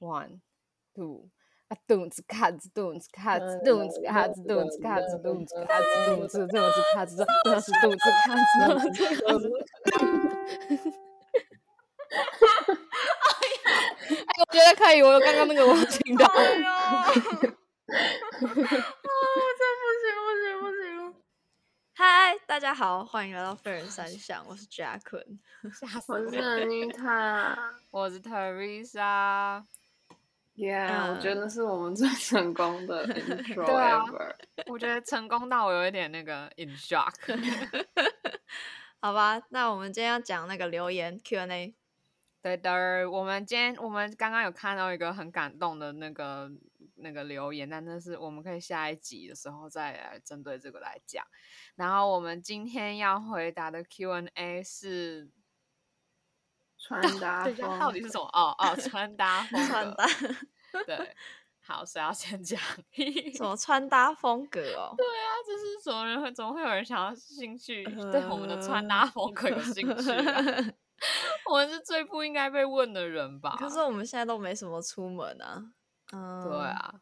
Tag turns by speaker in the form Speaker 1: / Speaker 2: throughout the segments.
Speaker 1: one two 啊，咚子卡子，咚子卡子，咚子卡子，咚子卡子，咚子卡子，咚子咚子卡子，咚子咚子卡子，咚子卡子。哎， 我觉得可以，我刚刚那个我听到。
Speaker 2: 这不行不行不行！
Speaker 3: 嗨，大家好，欢迎来到废 人三项，我是 Jack，
Speaker 1: 吓死
Speaker 2: 我
Speaker 1: 我
Speaker 2: 是
Speaker 1: 了！
Speaker 2: Anita，
Speaker 1: 我是 Teresa。
Speaker 2: yeah，我
Speaker 3: 嗯
Speaker 2: 觉得是我们最成 功的 intro
Speaker 1: 对啊
Speaker 2: ever。
Speaker 1: 我觉得成功到我有一点那个 in shock。
Speaker 3: 好吧，那我们今天要讲那个留言 Q&A，
Speaker 1: 对的，我们今天我们刚刚有看到一个很感动的那个那个留言，但那是我们可以下一集的时候再来针对这个来讲。然后我们今天要回答的 Q&A 是
Speaker 2: 穿搭
Speaker 1: 对，
Speaker 2: 风
Speaker 1: 到底是什么？哦哦，穿 搭风
Speaker 3: 穿
Speaker 1: 格
Speaker 3: 搭
Speaker 1: 对。好，谁要先 讲？
Speaker 3: 什么穿搭风格哦，
Speaker 1: 啊，就是什么人会，怎么会有人想要兴趣对我们的
Speaker 3: 呃
Speaker 1: 穿搭风格有兴趣啊、 我们是最不应该被问的人吧？
Speaker 3: 可是我们现在都没什么出门啊，嗯，
Speaker 1: 啊对，啊，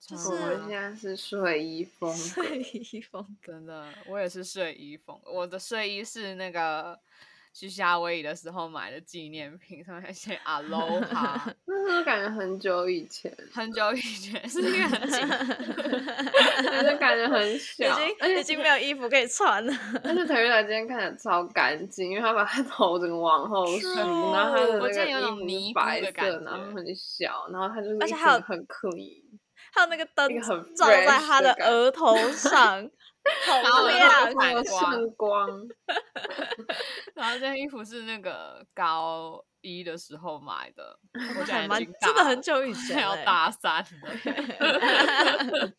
Speaker 3: 就
Speaker 1: 穿
Speaker 2: 我们
Speaker 3: 是
Speaker 2: 现在是睡衣风格，
Speaker 3: 睡衣风格，
Speaker 1: 真的，我也是睡衣风。我的睡衣是那个去夏威夷的时候买的纪念品，上面写 Aloha，
Speaker 2: 那是不是感觉很久以 前，
Speaker 1: 很久以前是一个很紧
Speaker 2: 但是感觉很
Speaker 3: 已
Speaker 1: 啊
Speaker 2: 小，而
Speaker 3: 经已
Speaker 2: 且
Speaker 3: 经没有衣服可以穿了，
Speaker 2: 而且 Teresa 今天看起来超干净，因为她把她头整个往后梳，
Speaker 3: 是
Speaker 2: 然后她的
Speaker 1: 哦我
Speaker 2: 那
Speaker 1: 记得
Speaker 2: 个
Speaker 1: 有种尼姑
Speaker 2: 衣服是白
Speaker 1: 的感
Speaker 2: 色，
Speaker 1: 觉
Speaker 2: 然后很小，然后她就是
Speaker 3: 而
Speaker 2: 一
Speaker 3: 且还有
Speaker 2: 整个很 clean。
Speaker 3: 还有那个
Speaker 2: 一
Speaker 3: 灯
Speaker 2: 个很
Speaker 3: 照在
Speaker 2: fresh
Speaker 3: 他
Speaker 2: 的
Speaker 3: 的
Speaker 2: 感觉
Speaker 3: 额头上，
Speaker 1: 然后
Speaker 3: 好
Speaker 1: 我
Speaker 3: 亮
Speaker 1: 就
Speaker 3: 哦，
Speaker 1: 反
Speaker 2: 有
Speaker 1: 光，
Speaker 2: 圣光，
Speaker 1: 然后这件衣服是那个高一的时候买的，我
Speaker 3: 还
Speaker 1: 现在
Speaker 3: 蛮
Speaker 1: 已经
Speaker 3: 真的
Speaker 1: 大
Speaker 3: 很
Speaker 1: 了
Speaker 3: 久以
Speaker 1: 我
Speaker 3: 前
Speaker 1: 要
Speaker 3: 嘞
Speaker 1: 大三 了。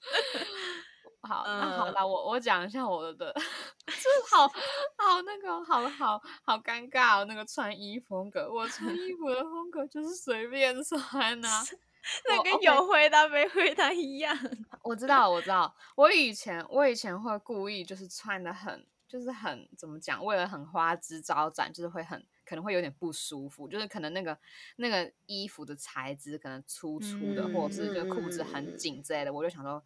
Speaker 1: 好，那好
Speaker 3: 嗯
Speaker 1: 啦，我我讲一下我的， 就是好好那个好好好尴尬哦，那个穿衣风格，我穿衣服的风格就是随便穿啊。
Speaker 3: 那
Speaker 1: 我
Speaker 3: 跟
Speaker 1: OK
Speaker 3: 有回答没回答一样。
Speaker 1: 我知道，我知道，我以前我以前会故意就是穿的很，就是很怎么讲，为了很花枝招展，就是会很可能会有点不舒服，就是可能那个那个衣服的材质可能粗粗的，或者是就裤子
Speaker 2: 嗯嗯嗯嗯
Speaker 1: 很
Speaker 2: 嗯
Speaker 1: 紧之类的，我就想说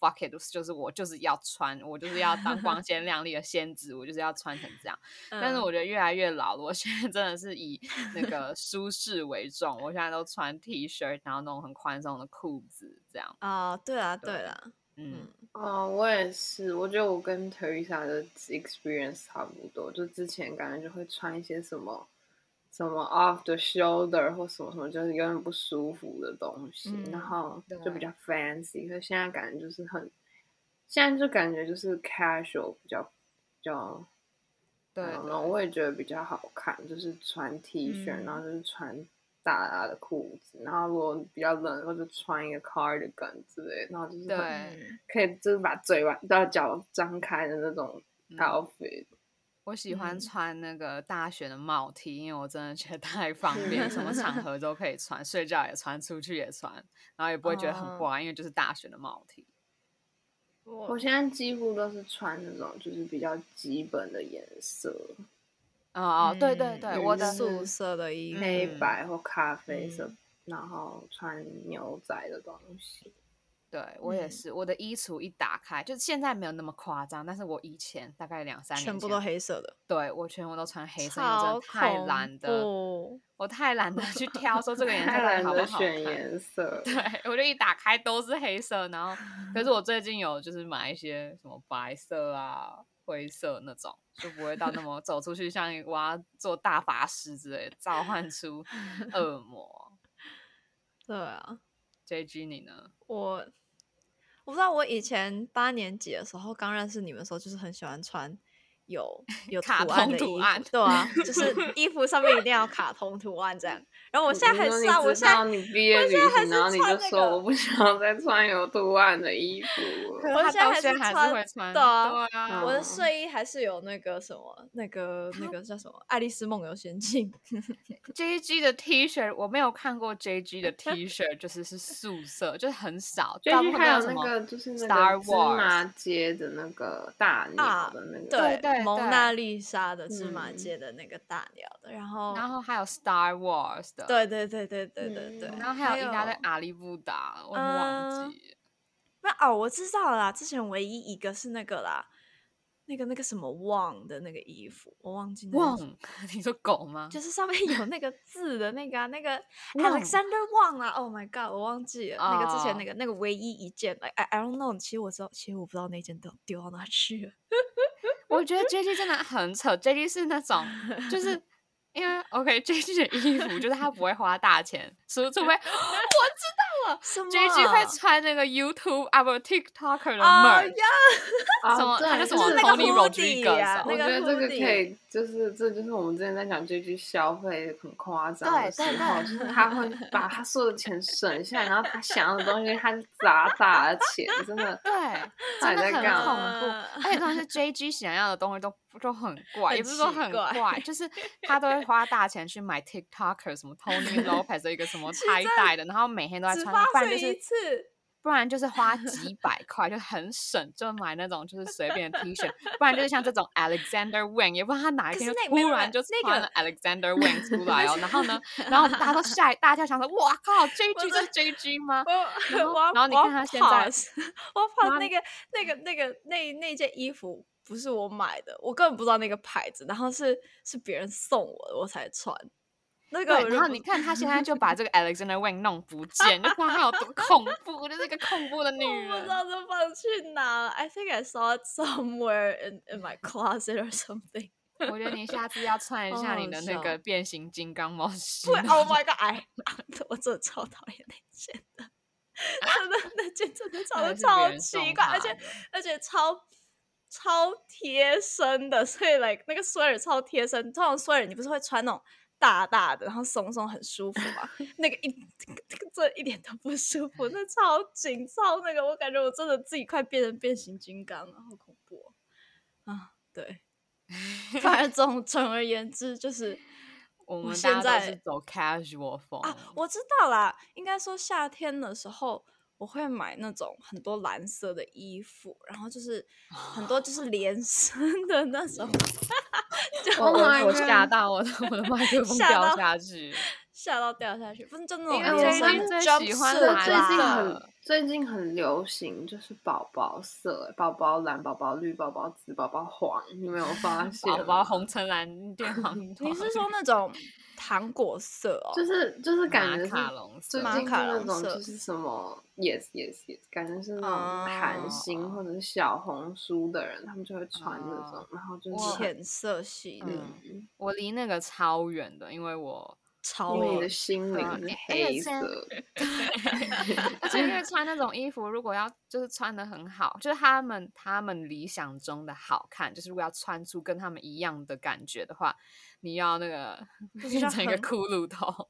Speaker 1: fuck it，就是我就是要穿，我就是要当光鲜亮丽的仙子，我就是要穿成这样。但是
Speaker 3: 嗯
Speaker 1: 我觉得越来越老了，我现在真的是以那个舒适为重，我现在都穿 T 恤，然后那种很宽松的裤子这样，嗯
Speaker 3: 哦，对啦
Speaker 1: 对
Speaker 3: 对啦，
Speaker 1: 嗯
Speaker 3: 嗯
Speaker 2: 哦，我也是，我觉得我跟 Teresa 的 experience 差不多，就之前感觉就会穿一些什么什么 off the shoulder 或什么什么，就是有点不舒服的东西，
Speaker 1: 嗯
Speaker 2: 然后就比
Speaker 1: 对
Speaker 2: 较 fancy，可是现在感觉就是很，现在就感觉就是 casual 比较比较，嗯
Speaker 1: 对嗯
Speaker 2: 然
Speaker 1: 的
Speaker 2: 后我也觉得比较好看，就是穿 T 恤，然后就是穿。大大的裤子，然后如果比较冷，我就穿一个 cardigan 之类，然后就是
Speaker 1: 对
Speaker 2: 很
Speaker 3: 嗯
Speaker 2: 可以就是把嘴巴到脚张开的那种
Speaker 1: 嗯
Speaker 2: outfit，、
Speaker 1: 我喜欢
Speaker 3: 嗯
Speaker 1: 穿那个大学的帽 T，因为我真的觉得 太方便，什么场合都可以穿，睡觉也穿，出去也穿，然后也不会觉得很
Speaker 3: 哦
Speaker 1: 怪，因为就是大学的帽 T。
Speaker 3: 我
Speaker 2: 我现在几乎都是穿那种就是比较基本的颜色，
Speaker 1: 哦哦，对对
Speaker 3: 嗯
Speaker 1: 对，
Speaker 2: 有
Speaker 1: 我
Speaker 2: 一
Speaker 1: 的
Speaker 2: 次
Speaker 3: 宿舍的衣服，
Speaker 2: 黑
Speaker 1: 嗯
Speaker 2: 白或咖啡色，
Speaker 3: 嗯
Speaker 2: 然后穿牛仔的东西。
Speaker 1: 对我也
Speaker 3: 嗯
Speaker 1: 是，我的衣橱一打开，就是现在没有那么夸张，但是我以前大概两三年
Speaker 3: 全部
Speaker 1: 前
Speaker 3: 都，黑色的，
Speaker 1: 对我全部都穿黑色，因为我真
Speaker 3: 超
Speaker 1: 的太懒
Speaker 3: 恐
Speaker 1: 的，
Speaker 3: 怖
Speaker 1: 我太懒得去挑说这个颜色
Speaker 2: 太
Speaker 1: 到底
Speaker 2: 懒
Speaker 1: 好不
Speaker 2: 得
Speaker 1: 好
Speaker 2: 选
Speaker 1: 看。
Speaker 2: 颜 色，
Speaker 1: 对，我就一打开都是黑色，然 后可是我最近有就是买一些什么白色啊、灰色那种，就不会到那么走出去像一个我要做大法师之类的，召唤 出恶魔。
Speaker 3: 对啊，
Speaker 1: J G 你呢？
Speaker 3: 我我不知道，我以前八年级的时候刚认识你们的时候，就是很喜欢穿。 有有
Speaker 1: 卡
Speaker 3: 图
Speaker 1: 通
Speaker 3: 案的衣
Speaker 1: 图
Speaker 3: 服
Speaker 1: 案
Speaker 3: 对啊，就是衣服上面一定要卡通图案这样。然后我现在
Speaker 2: 你说
Speaker 3: 很是啊，
Speaker 2: 你
Speaker 3: 我
Speaker 2: 知
Speaker 3: 现在
Speaker 2: 道你毕业
Speaker 3: 我
Speaker 2: 旅
Speaker 3: 现在还
Speaker 2: 行，
Speaker 3: 是
Speaker 2: 然后你就
Speaker 3: 穿那
Speaker 2: 说
Speaker 3: 个
Speaker 2: 我不想再穿有图案的衣服 了。
Speaker 3: 我
Speaker 1: 他
Speaker 3: 现在
Speaker 1: 到
Speaker 3: 还
Speaker 1: 现
Speaker 3: 是
Speaker 1: 在还
Speaker 3: 穿
Speaker 1: 是会穿，
Speaker 3: 对啊
Speaker 1: 对啊
Speaker 3: 我的
Speaker 2: 嗯
Speaker 3: 睡衣还是有那个什么，那个那个叫什么《爱丽丝梦游仙境》
Speaker 1: J G 的 T 恤我没有看过 J G 的 T 恤，就是是素色，就是很少，
Speaker 2: 最
Speaker 1: 大部
Speaker 2: 近
Speaker 1: 分
Speaker 2: 还
Speaker 1: 都
Speaker 2: 有
Speaker 1: 什
Speaker 2: 那
Speaker 1: 么
Speaker 2: 个就是那
Speaker 1: Star
Speaker 2: 个芝
Speaker 1: Wars
Speaker 2: 麻街的那个大鸟
Speaker 3: 啊
Speaker 2: 的那个，
Speaker 1: 对
Speaker 3: 蒙
Speaker 1: 对
Speaker 3: 娜丽莎的芝麻
Speaker 2: 嗯
Speaker 3: 街的那个大鸟的，然后
Speaker 1: 然后还有 Star Wars 的，
Speaker 3: 对对对对对对对，
Speaker 2: 嗯
Speaker 1: 然后还有一大堆
Speaker 3: 还有
Speaker 1: 阿里不达，我
Speaker 3: 嗯
Speaker 1: 忘记了。
Speaker 3: 那哦，我知道了啦，之前唯一一个是那个啦，那个那个什么旺的那个衣服，我忘记那
Speaker 1: 旺
Speaker 3: 个，，
Speaker 1: 你说狗吗？
Speaker 3: 就是上面有那个字的那个、啊、那个
Speaker 1: 旺
Speaker 3: Alexander 旺啊，Oh my God，我忘记了、那个之前那
Speaker 1: 哦
Speaker 3: 个那个唯一一件，like I I don't know，其实我知道，其实我不知道那件丢丢到哪 去了，
Speaker 1: 我觉得 J J 真的很扯，J J 是那种就是 因为 OK J J 的衣服就是他不会花大钱，除 除非哦我知道了
Speaker 3: 什么
Speaker 1: ，J J 会穿那个 YouTube 啊不 TikToker 的
Speaker 3: 啊
Speaker 1: merch，
Speaker 3: 呀，
Speaker 2: 啊
Speaker 1: 什么
Speaker 2: 对
Speaker 1: 他就什
Speaker 2: 就
Speaker 1: 么
Speaker 2: 是那个
Speaker 1: Tony
Speaker 3: hoodie 呀
Speaker 1: Rodriguez，
Speaker 2: 啊
Speaker 3: 那
Speaker 2: 我
Speaker 1: 哦
Speaker 3: 个
Speaker 2: 觉得这个
Speaker 3: hoodie
Speaker 2: 可以，就是这就是我们之前在讲这句消费很夸张的时
Speaker 1: 对对
Speaker 2: 候，就是他会把他所有的钱省下来，然后他想要的 东西他就砸大钱，真的
Speaker 1: 对，
Speaker 2: 到
Speaker 1: 真的
Speaker 2: 底在
Speaker 1: 很
Speaker 2: 干
Speaker 1: 恐
Speaker 3: 嘛
Speaker 1: 怖，而且 当时 J G 想要的东西都都很怪，
Speaker 3: 很
Speaker 1: 也不是说
Speaker 3: 奇
Speaker 1: 很
Speaker 3: 怪
Speaker 1: 怪，就是他都会花大钱去买 TikToker 什么 Tony Lopez 的一个什么
Speaker 3: 是
Speaker 1: tie
Speaker 3: 真
Speaker 1: dye 的，然后每天都在
Speaker 3: 只
Speaker 1: 穿它，不
Speaker 3: 发
Speaker 1: 然就
Speaker 3: 生一
Speaker 1: 是
Speaker 3: 次，
Speaker 1: 不然就是 花几百块，就很省，就买那种就是随便的 T 恤，不然就是像这种 Alexander Wang，也不知道他哪一
Speaker 3: 可
Speaker 1: 天
Speaker 3: 是
Speaker 1: 就
Speaker 3: 那没有
Speaker 1: 突
Speaker 3: 没有
Speaker 1: 然就
Speaker 3: 那
Speaker 1: 穿
Speaker 3: 个
Speaker 1: 了 Alexander Wang 出来哦，然后 呢，然后大家都吓一大跳，想说哇靠，JG 这
Speaker 3: 真
Speaker 1: 是 JG 吗？ 然后
Speaker 3: 我我要
Speaker 1: 然后你
Speaker 3: 我要
Speaker 1: 看他现在
Speaker 3: pause 我怕
Speaker 1: 哇
Speaker 3: 那个那个那个那那件衣服不是我买的，我根本不知道那个牌子，然后是是别人送我的，我才穿。那个
Speaker 1: 对，然后你看她现在就把这个 Alexander Wang 弄不见，就知道她有多恐怖，就是一个恐怖的女
Speaker 3: 我不
Speaker 1: 人
Speaker 3: 知。道这放去哪了。I think I saw it somewhere in in my closet or something.
Speaker 1: 我觉得你下次要穿一
Speaker 3: 好
Speaker 1: 下你
Speaker 3: 好
Speaker 1: 的那
Speaker 3: 笑
Speaker 1: 个变形金刚模式
Speaker 3: 不。，Oh my god！哎，我真的超讨厌那件的， 真 的那件真的
Speaker 1: 真
Speaker 3: 长得
Speaker 1: 的是别
Speaker 3: 超
Speaker 1: 人
Speaker 3: 奇
Speaker 1: 送
Speaker 3: 怪，
Speaker 1: 她
Speaker 3: 而且
Speaker 1: 的
Speaker 3: 而且超超贴身的，所以 like 那个 sweater 超贴身。通常 sweater 你不是会穿那种大大的，然后松松很舒服嘛？那个一这个这个这一点都不舒服，那超紧超那个，我感觉我真的自己快变成变形金刚了，好恐怖、哦、啊！对，反正总总而言之就是。
Speaker 1: 我
Speaker 3: 我
Speaker 1: 们
Speaker 3: 现
Speaker 1: 大家都是
Speaker 3: 在
Speaker 1: 走 casual 风
Speaker 3: 啊，我知道啦，应该说夏天的时候。我会买那种很多蓝色的衣服，然后就是很多
Speaker 1: 啊
Speaker 3: 就是连身的那种，
Speaker 1: 嗯
Speaker 3: 就
Speaker 1: 我
Speaker 2: Oh my
Speaker 1: 我吓
Speaker 2: God
Speaker 1: 到我的我的麦克风
Speaker 3: 吓
Speaker 1: 掉
Speaker 3: 到
Speaker 1: 下去。
Speaker 3: 吓到掉下去，不是就那
Speaker 1: 因为
Speaker 3: 种
Speaker 2: J J
Speaker 3: 连身啊
Speaker 1: 最
Speaker 3: jump
Speaker 1: 喜欢
Speaker 2: 这
Speaker 1: 的
Speaker 3: suit
Speaker 1: 蓝
Speaker 2: 最近
Speaker 1: 色
Speaker 3: 啦
Speaker 2: 很最近很流行，就是宝宝色，宝宝蓝、宝宝绿、宝宝紫、宝宝黄，你没有发现
Speaker 1: 宝
Speaker 2: 吗？
Speaker 1: 宝红橙蓝靛黄绿黄，
Speaker 3: 你是说那种糖果色哦？
Speaker 2: 就是就是
Speaker 1: 马
Speaker 2: 感觉是
Speaker 1: 卡龙色
Speaker 2: 最
Speaker 3: 马
Speaker 2: 近是
Speaker 3: 卡
Speaker 2: 那
Speaker 3: 龙
Speaker 2: 种
Speaker 3: 色
Speaker 2: 就是什么 yes yes yes，感觉是那种韩星
Speaker 1: 哦
Speaker 2: 或者是小红书的人，他们就会穿那种
Speaker 1: 哦，
Speaker 2: 然后就
Speaker 1: 我
Speaker 2: 是很
Speaker 3: 浅色系的，
Speaker 1: 嗯
Speaker 2: 嗯，
Speaker 1: 我离那个超远的，因为我
Speaker 3: 超
Speaker 2: 因为你
Speaker 3: 恶
Speaker 2: 的心灵
Speaker 1: 嗯
Speaker 2: 是
Speaker 1: 哎而
Speaker 2: 黑
Speaker 1: 且现在
Speaker 2: 色，
Speaker 1: 而且因为穿那种衣服，如果要就是穿的很好，就是他们他们理想中的好看，就是如果要穿出跟他们一样的感觉的话，你要那个
Speaker 3: 就是
Speaker 1: 变
Speaker 3: 要
Speaker 1: 成一个
Speaker 3: 很
Speaker 1: 骷髅头，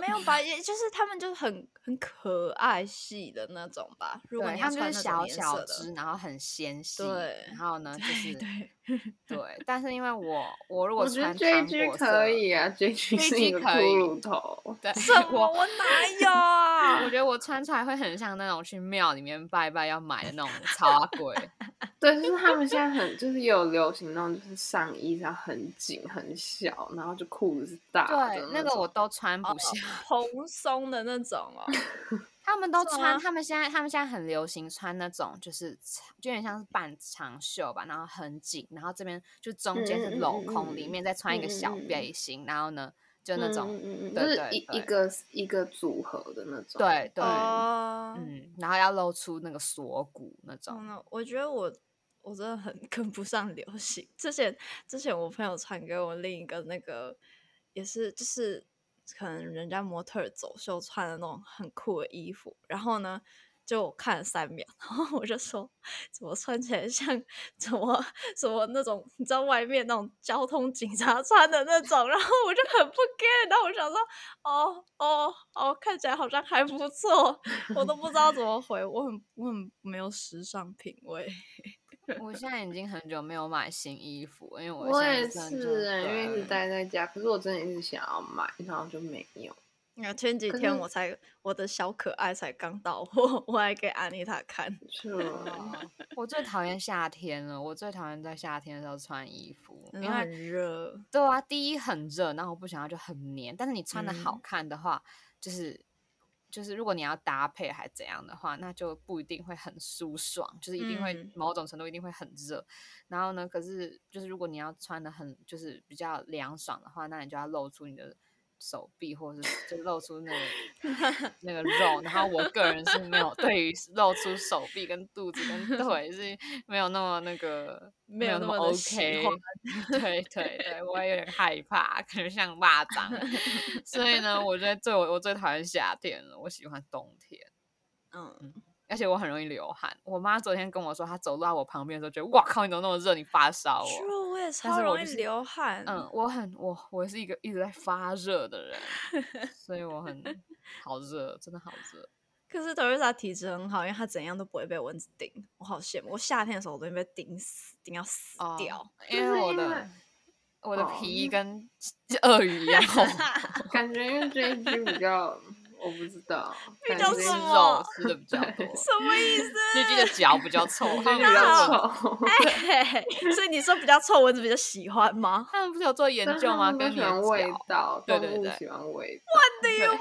Speaker 3: 没有吧？也就是他们就是很很可爱系的那种吧。如果
Speaker 1: 对
Speaker 3: 你
Speaker 1: 他
Speaker 3: 要
Speaker 1: 们就
Speaker 3: 穿
Speaker 1: 是
Speaker 3: 那种
Speaker 1: 小
Speaker 3: 颜
Speaker 1: 小
Speaker 3: 色的
Speaker 1: 只，，然后很纤细，
Speaker 3: 对
Speaker 1: 然后呢就是
Speaker 3: 对。
Speaker 1: 对，但是因为我我如
Speaker 2: 我
Speaker 1: 果
Speaker 2: 觉得
Speaker 1: 穿
Speaker 2: J
Speaker 1: 糖
Speaker 2: G
Speaker 1: 果
Speaker 2: 可
Speaker 1: 色，
Speaker 2: 以啊，J G 是
Speaker 1: JG
Speaker 2: 一个
Speaker 1: 可
Speaker 2: 骷
Speaker 1: 以
Speaker 2: 髅头，
Speaker 1: 对，
Speaker 3: 什么？
Speaker 1: 我
Speaker 3: 我哪有啊？
Speaker 1: 我觉得我穿出来会很像那种去庙里面拜拜要买的那种草阿 鬼，
Speaker 2: 对，就是他们现在很就是有流行那种就是上衣然后很紧很小，然后就裤子是大
Speaker 1: 对
Speaker 2: 的，
Speaker 1: 那个
Speaker 2: 种
Speaker 1: 我都穿不下。
Speaker 3: 蓬松的那种哦，
Speaker 1: 他们都
Speaker 3: 是
Speaker 1: 穿，
Speaker 3: 吗
Speaker 1: 他们现在他们现在很流行穿那种，就是长就有点像是半长袖吧，然后很紧，然后这边就中间是
Speaker 2: 嗯嗯嗯
Speaker 1: 镂
Speaker 2: 嗯
Speaker 1: 空，
Speaker 2: 嗯
Speaker 1: 里面再穿一个
Speaker 2: 嗯嗯
Speaker 1: 小
Speaker 2: 嗯嗯
Speaker 1: 背心，然后呢就那种，
Speaker 2: 嗯嗯嗯嗯
Speaker 1: 对
Speaker 2: 就是
Speaker 1: 对
Speaker 2: 一一
Speaker 1: 对
Speaker 2: 个一个组合的那种，
Speaker 1: 对对，
Speaker 3: 哦，
Speaker 1: 嗯，然后要露出那个锁骨那
Speaker 3: 懂
Speaker 1: 种，
Speaker 3: 了。我觉得我我真的很 跟不上流行。之前之前我朋友传给我另一个那个也是就是可能人家模特儿走秀穿的那种很酷的衣服，然后呢。就我看了三秒， 然后我就说，怎么穿起来像怎么什么那种，你知道外面那种交通警察穿的那种，然后我就很不 get，然后我想说，哦哦哦，看起来好像还不错，我都不知道怎么回，我很我很没有时尚品味。
Speaker 1: 嗯我现在已经很久没有买新衣服，因为我
Speaker 2: 我
Speaker 1: 现在
Speaker 2: 也
Speaker 1: 真的
Speaker 2: 是
Speaker 1: 就
Speaker 2: 欸，因为一直
Speaker 1: 对
Speaker 2: 待在家，可是我真的一直想要买，然后就没有。
Speaker 3: 那前几
Speaker 2: 可
Speaker 3: 天
Speaker 2: 是
Speaker 3: 我才我的小可爱才刚到货，我还给安妮塔看。
Speaker 2: 是
Speaker 1: 哦
Speaker 2: 吗？
Speaker 3: 哦
Speaker 1: 我最讨厌夏天了，我最讨厌在夏天的时候穿衣服，因
Speaker 3: 因为嗯很
Speaker 1: 为
Speaker 3: 热，
Speaker 1: 对啊，第一很热，然后我不想要就很黏，但是你穿的好
Speaker 3: 嗯
Speaker 1: 看的话，就是就是如果你要搭配还怎样的话，那就不一定会很舒爽，就是一定会
Speaker 3: 嗯
Speaker 1: 某种程度一定会很热。然后呢，可是就是如果你要穿的很就是比较凉爽的话，那你就要露出你的。手臂，或者是就露出那个那个肉，然后我个人是没有对于露出手臂跟肚子跟腿是没有那么那个
Speaker 3: 没有
Speaker 1: 有那
Speaker 3: 那么的喜
Speaker 1: OK，对 对对，我也有点害怕，可能像蚂蚱，啊所以呢，我觉得最我我最讨厌夏天了，我喜欢冬天，
Speaker 3: 嗯，
Speaker 1: 而且我很容易流汗。我妈昨天跟我说，她走路到我旁边的时候，觉得哇靠，你怎么那么热，你发烧
Speaker 3: 是
Speaker 1: 哦。
Speaker 3: 我也
Speaker 1: 是
Speaker 3: 超
Speaker 1: 我
Speaker 3: 容
Speaker 1: 就
Speaker 3: 易
Speaker 1: 是
Speaker 3: 流汗，
Speaker 1: 嗯，我很我我是一个一直在发热的人，所以我很好热，真的好热。
Speaker 3: 可是 Teresa 体质很好，因为她怎样都不会被蚊子叮，我好羡慕。我夏天的时候我都会被叮死，叮到死
Speaker 1: 哦
Speaker 3: 掉。
Speaker 1: 因
Speaker 2: 就是
Speaker 1: 为我
Speaker 2: 因
Speaker 1: 的
Speaker 2: 为
Speaker 1: 我的
Speaker 2: 哦
Speaker 1: 皮跟鳄鱼一样厚
Speaker 2: 感觉因为 JG 比较，我不知道，
Speaker 3: 比
Speaker 2: 感
Speaker 3: 较
Speaker 2: 觉
Speaker 1: 吃
Speaker 3: 什么
Speaker 1: 肉吃的比较多，
Speaker 3: 什么意 思？
Speaker 1: 绿巨的脚比较 臭，他
Speaker 2: 感
Speaker 1: 们不是
Speaker 2: 觉比
Speaker 1: 有做
Speaker 2: 较丑。
Speaker 3: 嘿所以你说比较臭，蚊子比较喜欢吗？
Speaker 1: 他们不是有做研
Speaker 2: 但
Speaker 1: 究
Speaker 2: 他
Speaker 1: 吗？
Speaker 2: 们都
Speaker 1: 啊跟你
Speaker 2: 喜
Speaker 1: 的脚
Speaker 2: 欢味道，
Speaker 1: 对
Speaker 2: 动
Speaker 1: 对
Speaker 2: 物
Speaker 1: 对
Speaker 2: 喜欢味道。
Speaker 3: 对
Speaker 1: you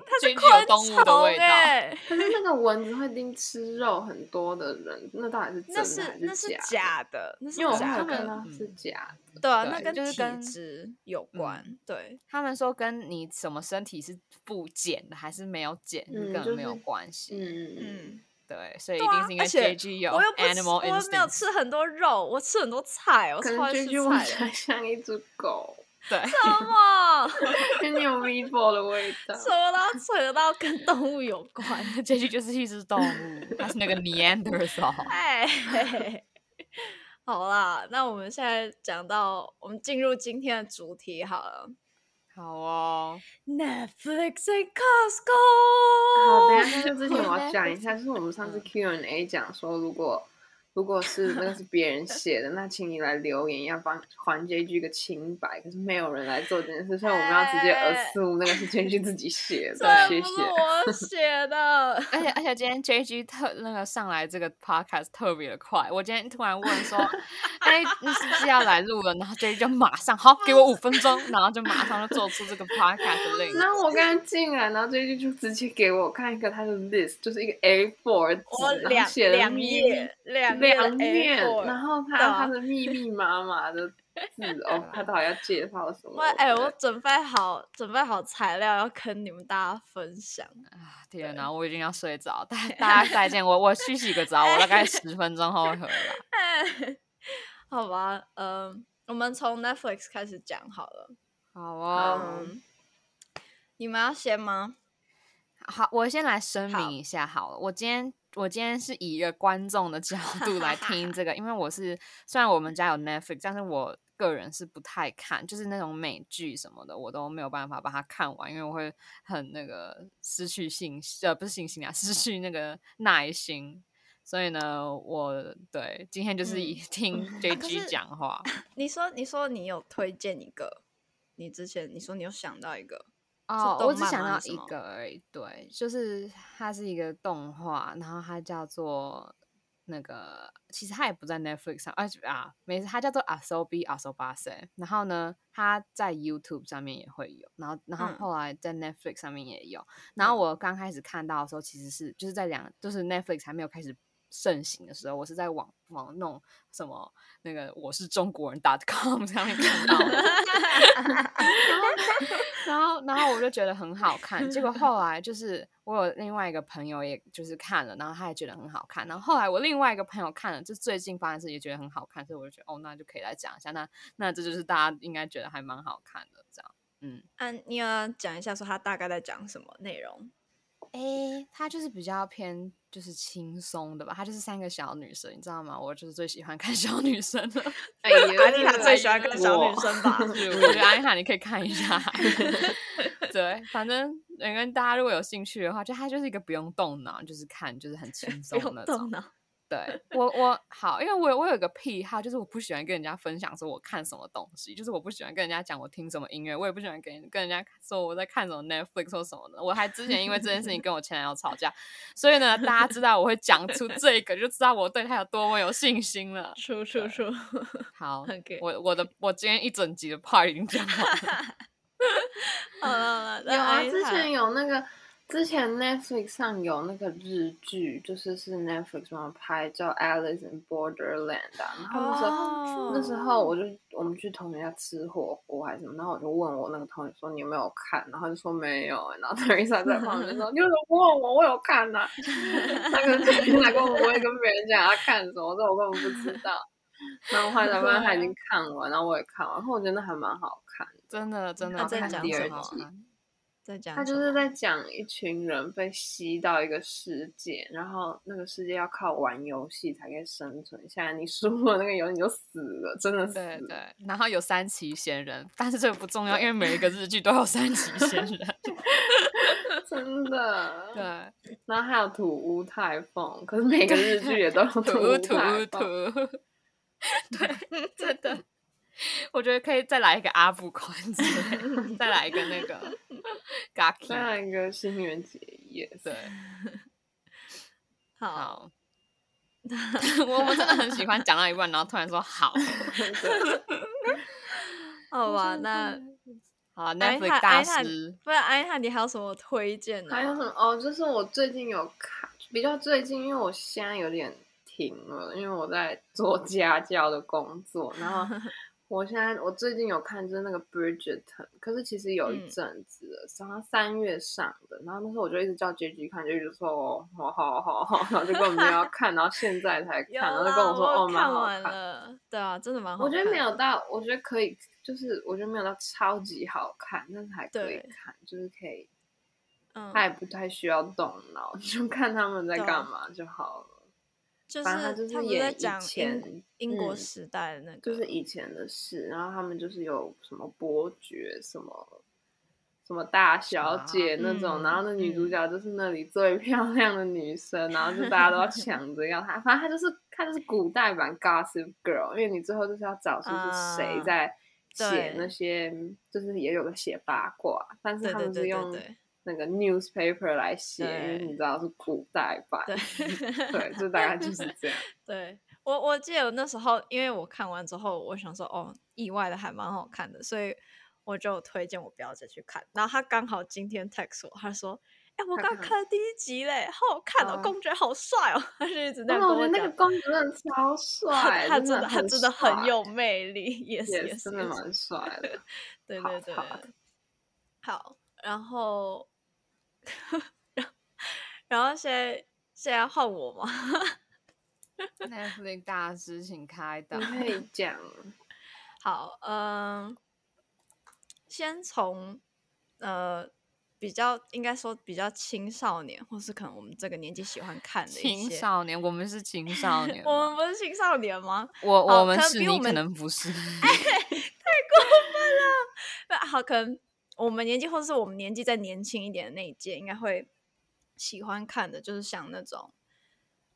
Speaker 3: 它是
Speaker 1: 进去有
Speaker 3: 昆
Speaker 1: 动物的
Speaker 3: 虫
Speaker 1: 味道
Speaker 3: 哎、
Speaker 2: 可是那个蚊子会叮吃肉很多的人，那到底是真
Speaker 3: 那
Speaker 2: 的
Speaker 3: 是
Speaker 2: 还
Speaker 3: 那
Speaker 2: 是
Speaker 3: 是
Speaker 2: 假的？
Speaker 3: 假的，那是
Speaker 2: 因为我后
Speaker 3: 假
Speaker 2: 来
Speaker 1: 他们
Speaker 2: 看
Speaker 3: 的，
Speaker 2: 到是
Speaker 1: 嗯
Speaker 2: 假的，
Speaker 3: 对啊，
Speaker 1: 对
Speaker 3: 那跟
Speaker 1: 就是
Speaker 3: 体
Speaker 1: 跟
Speaker 3: 质有关，对，
Speaker 1: 他们说跟你什么身体是不减的，还是没有减，是
Speaker 2: 嗯
Speaker 1: 根本没
Speaker 2: 就
Speaker 1: 有
Speaker 2: 是
Speaker 1: 关系。
Speaker 2: 嗯嗯，
Speaker 3: 嗯，
Speaker 1: 对，所以一
Speaker 3: 对
Speaker 1: 定
Speaker 3: 啊
Speaker 1: 是因为
Speaker 3: 而且
Speaker 1: JG 有
Speaker 3: 我又不吃，
Speaker 1: animal
Speaker 3: 我又没有
Speaker 1: instinct。
Speaker 3: 吃很多肉，我吃很多菜，我
Speaker 2: 可
Speaker 3: 超
Speaker 2: 能
Speaker 3: 爱吃
Speaker 2: JG 闻起
Speaker 3: 菜
Speaker 2: 来
Speaker 3: 的。
Speaker 2: 像一只狗，
Speaker 1: 对，
Speaker 3: 什么？
Speaker 2: 因为你有 meatball 的味道。
Speaker 3: 什么都扯到跟动物有关？
Speaker 1: JG 就是一只动物，它是那个 Neanderthal。
Speaker 3: 哎， 好啦，那我们现在讲到，我们进入今天的主题好了
Speaker 1: 好哦，
Speaker 3: ，Netflix and Costco。
Speaker 2: 好，等一下就之前我要讲一下，就是我们上
Speaker 3: 嗯
Speaker 2: 次 Q&A 讲说，如果如果是那个是别人写的，那请你来留言，要帮还 JG 一个清白。可是没有人来做这件事，所以我们要直接
Speaker 3: 哎
Speaker 2: assume 那个是 JG 自己 写的。
Speaker 3: 这
Speaker 2: 谢
Speaker 3: 不
Speaker 2: 谢。
Speaker 3: 是我写的。
Speaker 1: 而且而且今天 JG 特那个上来这个 podcast 特别的快，我今天突然问说，哎，你是不是要来录了？然后 JG 就马上好给我五分钟，然后就马上就做出这个 podcast 的 link。
Speaker 2: 然后我刚刚进来，然后 JG 就直接给我看一个他的 list，就是一个 A4
Speaker 3: 我
Speaker 2: 纸，然
Speaker 3: 两
Speaker 2: 后写了
Speaker 3: 两
Speaker 2: 密
Speaker 3: 页两页的
Speaker 2: 两面
Speaker 3: A4，
Speaker 2: 然后他
Speaker 3: 对啊
Speaker 2: 他的密密麻麻的 字哦，他到底要介绍什么？
Speaker 3: 我哎、
Speaker 2: 不
Speaker 3: 我
Speaker 2: 知道
Speaker 3: 准备好准备好材料要跟你们大家 分享。
Speaker 1: 啊天哪，我已经要睡着，大大家再见，我我去洗个澡，我大概十分钟后会回来。
Speaker 3: 好吧，嗯，我们从 Netflix 开始讲好了。
Speaker 1: 好哦，
Speaker 2: 好
Speaker 3: 嗯，你们要先吗？
Speaker 1: 好，我先来声
Speaker 3: 好
Speaker 1: 明一下好了，我今天。我今天是以一个观众的 角度来听这个，因为我是虽然我们家有 Netflix，但是我个人是不太看，就是那种美剧什么的，我都没有办法把它看完，因为我会很那个失去信心，呃，不是信心啊，失去那个耐心。所以呢，我对今天就是以 听 JG
Speaker 3: 嗯啊是
Speaker 1: 讲话。
Speaker 3: 你说，你说你有推荐一个，你之前你说你有想到一个， 是
Speaker 1: 哦，
Speaker 3: 动
Speaker 1: 我只
Speaker 3: 漫
Speaker 1: 想
Speaker 3: 吗
Speaker 1: 到
Speaker 3: 还是什
Speaker 1: 一
Speaker 3: 么
Speaker 1: 个而已。对，就是它是一个动画，然后它叫做那个，其实它也不在 Netflix 上，而且啊，没事，它叫做 Asobi Asobase。然后呢，它在 YouTube 上面也会有，然后然后
Speaker 3: 嗯
Speaker 1: 后来在 Netflix 上面也有。然后
Speaker 3: 嗯
Speaker 1: 我刚开始看到的时候，其实是就是在两，就是 Netflix 还没有开始盛行的时候，我是在网网弄什么那个我是中国人 .com 上面看到的。然后，然后我就觉得很好看。 结果后来就是我有另外一个朋友，也就是看了，然后他也觉得很好看。然后后来我另外一个朋友看了，就最近发生的事也觉得很好看，所以我就觉得哦，那就可以来讲一下。那那这就是大家应该觉得还蛮好看的这样。嗯，
Speaker 3: 啊，你要讲一下说它大概在讲什么内容？
Speaker 1: 诶，它就是比较偏就是轻松的吧，它就是三个小女生，你知道吗？我就是最喜欢看小女生了。
Speaker 2: 哎呀，
Speaker 3: 阿丽塔最喜欢看小女
Speaker 2: 我
Speaker 3: 生 吧？
Speaker 1: 是，我觉得安卡你可以看一下。 对，反正反正大家如果有兴趣的话，就它就是一个不用动脑，就是看就是很轻
Speaker 3: 不
Speaker 1: 松
Speaker 3: 用
Speaker 1: 的那
Speaker 3: 动
Speaker 1: 种。
Speaker 3: 脑。
Speaker 1: 对我我好，因为我有我有个癖好，就是我不喜欢跟人家分享说我看什么东西，就是我不喜欢跟人家讲我听什么音乐，我也不喜欢跟人跟人家说我在看什么 Netflix 或什么的。我还之前因为这件事情跟我前男友吵架，所以呢，大家知道我会讲出这个，就知道我对他有多么有信心了。
Speaker 3: 出出出，
Speaker 1: 好
Speaker 3: OK
Speaker 1: 我我的我今天一整集的 part 已经讲完了，
Speaker 3: 好了，好了
Speaker 2: 有啊，之前
Speaker 3: 有
Speaker 2: 有那个，之前 Netflix 上有那个日剧，就是是 Netflix 上拍叫《Alice in Borderland》啊，然后那时候、
Speaker 3: 哦
Speaker 2: 那时候我就我们去同学家吃火锅还是什么，然后我就问我那个同学说你有没有看，然后他就说没有、欸然后 Teresa 在旁边说你为什么不问我，我有看呐、那个 Teresa 根本不会跟别人讲他看什么，这我根本不知道。然后后来才发现他已经看完，然后我也看完，然后我觉得那还蛮好看的。
Speaker 1: 真的真的
Speaker 3: 那
Speaker 1: 好
Speaker 3: 在
Speaker 1: 看
Speaker 3: 讲
Speaker 1: 第
Speaker 3: 什
Speaker 1: 二
Speaker 3: 么
Speaker 1: 集。
Speaker 3: 在讲什
Speaker 2: 他
Speaker 3: 么，
Speaker 2: 就是在讲一群人被吸到一个世界，然后那个世界要靠玩游戏才可以生存下来。你输了那个游戏你就死了，真的死
Speaker 1: 对
Speaker 3: 嗯
Speaker 2: 了。
Speaker 1: 对，然后有三期闲人，但是这个不重要，因为每一个日剧都有三期闲 人。
Speaker 2: 真的。
Speaker 1: 对，
Speaker 2: 然后还有土屋太凤，可是每个日剧也都有
Speaker 1: 土
Speaker 2: 屋
Speaker 1: 土
Speaker 2: 太凤。
Speaker 1: 土， 对，真的，我觉得可以再来一个阿布宽之类的，再来一个那 个
Speaker 2: 再
Speaker 1: Gaki，
Speaker 2: 来一个新垣结衣，
Speaker 1: 对，
Speaker 3: 好，
Speaker 1: 好。我我真的很喜欢讲到一半，然后突然说好，
Speaker 3: 好吧，那
Speaker 1: 好
Speaker 3: 哎
Speaker 1: ，Netflix
Speaker 3: 他
Speaker 1: 大
Speaker 3: 哎他
Speaker 1: 师，
Speaker 3: 不然安娜，你还有什么推荐呢？
Speaker 2: 还有什么？哦，就是我最近有看，比较最近，因为我现在有点停了，因为我在做 家教的工作，然 后我现在我最近有看就是那个 Bridgerton，可是其实有一
Speaker 3: 嗯
Speaker 2: 阵子了，上到三月上的，然后那时候我就一直叫 J J 看，就一直说哦，好好好好，然后就根本没有 要看，然后现在才看，
Speaker 3: 有
Speaker 2: 然后就
Speaker 3: 啦
Speaker 2: 跟我说
Speaker 3: 我
Speaker 2: 哦，
Speaker 3: 有
Speaker 2: 蛮
Speaker 3: 看
Speaker 2: 好
Speaker 3: 完
Speaker 2: 看。
Speaker 3: 了，对啊，真的蛮好看。
Speaker 2: 我觉得没有，到，我觉得可以，就是我觉得没有到超级好看，但是还可以
Speaker 3: 对
Speaker 2: 看，就是可以
Speaker 3: 嗯，
Speaker 2: 他也不太需要动脑， 就看他们在
Speaker 3: 对啊
Speaker 2: 干嘛就好了。
Speaker 3: 就是
Speaker 2: 反正他就
Speaker 3: 他
Speaker 2: 是
Speaker 3: 不是在
Speaker 2: 演
Speaker 3: 讲
Speaker 2: 以
Speaker 3: 英
Speaker 2: 前，
Speaker 3: 英国
Speaker 2: 嗯
Speaker 3: 时代的那个，
Speaker 2: 就是以前的事，然后他们就是有什么伯爵，什么什么大小姐
Speaker 1: 啊
Speaker 2: 那种，
Speaker 3: 嗯
Speaker 2: 然后那女主
Speaker 1: 嗯
Speaker 2: 角就是那里最 漂亮的女生，然后就大家都要抢着要她，反正她就是她就是古代版 Gossip Girl，因为你最后就是要找出是谁
Speaker 3: 啊
Speaker 2: 在写
Speaker 3: 对
Speaker 2: 那些，就是也有个写八卦，但是
Speaker 3: 对
Speaker 2: 他
Speaker 3: 对
Speaker 2: 们
Speaker 3: 对
Speaker 2: 是用
Speaker 3: 对对
Speaker 2: 那个 newspaper 来写，因为
Speaker 3: 对
Speaker 2: 你知道是古代版，
Speaker 3: 对
Speaker 2: 对， 就大概就是这样。
Speaker 3: 对我我记得那时候，因为我看完之后，我想说哦，意外的还蛮好看的，所以我就推荐我表姐去看。然后她刚好今天 text 我，她说：“哎、我
Speaker 2: 她
Speaker 3: 刚
Speaker 2: 看了
Speaker 3: 看了第一集嘞，好好看哦，
Speaker 2: 哦
Speaker 3: 公爵好帅哦。”她就一直在
Speaker 2: 但
Speaker 3: 跟
Speaker 2: 我觉得那
Speaker 3: 讲
Speaker 2: 个，公主真的超帅，
Speaker 3: 他真的他
Speaker 2: 很
Speaker 3: 真的
Speaker 2: 帅
Speaker 3: 很有魅力，yes
Speaker 2: yes，
Speaker 3: yes，
Speaker 2: 真的
Speaker 3: yes
Speaker 2: 蛮帅 的。
Speaker 3: 对
Speaker 2: 好
Speaker 3: 对对
Speaker 2: 好，
Speaker 3: 好，然后，然后现在现在换我吗？
Speaker 1: ，Netflix 大师，请开导
Speaker 2: 你。
Speaker 3: 啊
Speaker 2: 可以讲，
Speaker 3: 好，嗯、先从呃比较应该说比较青少年，或是可能我们这个年纪喜欢看的一
Speaker 1: 青
Speaker 3: 些。
Speaker 1: 少年，我们是青少年吗，
Speaker 3: 我们不是青少年吗？
Speaker 1: 我
Speaker 3: 哦
Speaker 1: 我们
Speaker 3: 可能
Speaker 1: 是
Speaker 3: 比我
Speaker 1: 你可
Speaker 3: 们
Speaker 1: 能不 是，
Speaker 3: 那好，可能我们年纪，或是我们年纪再年轻一点的那一届，应该会喜欢看的，就是像那种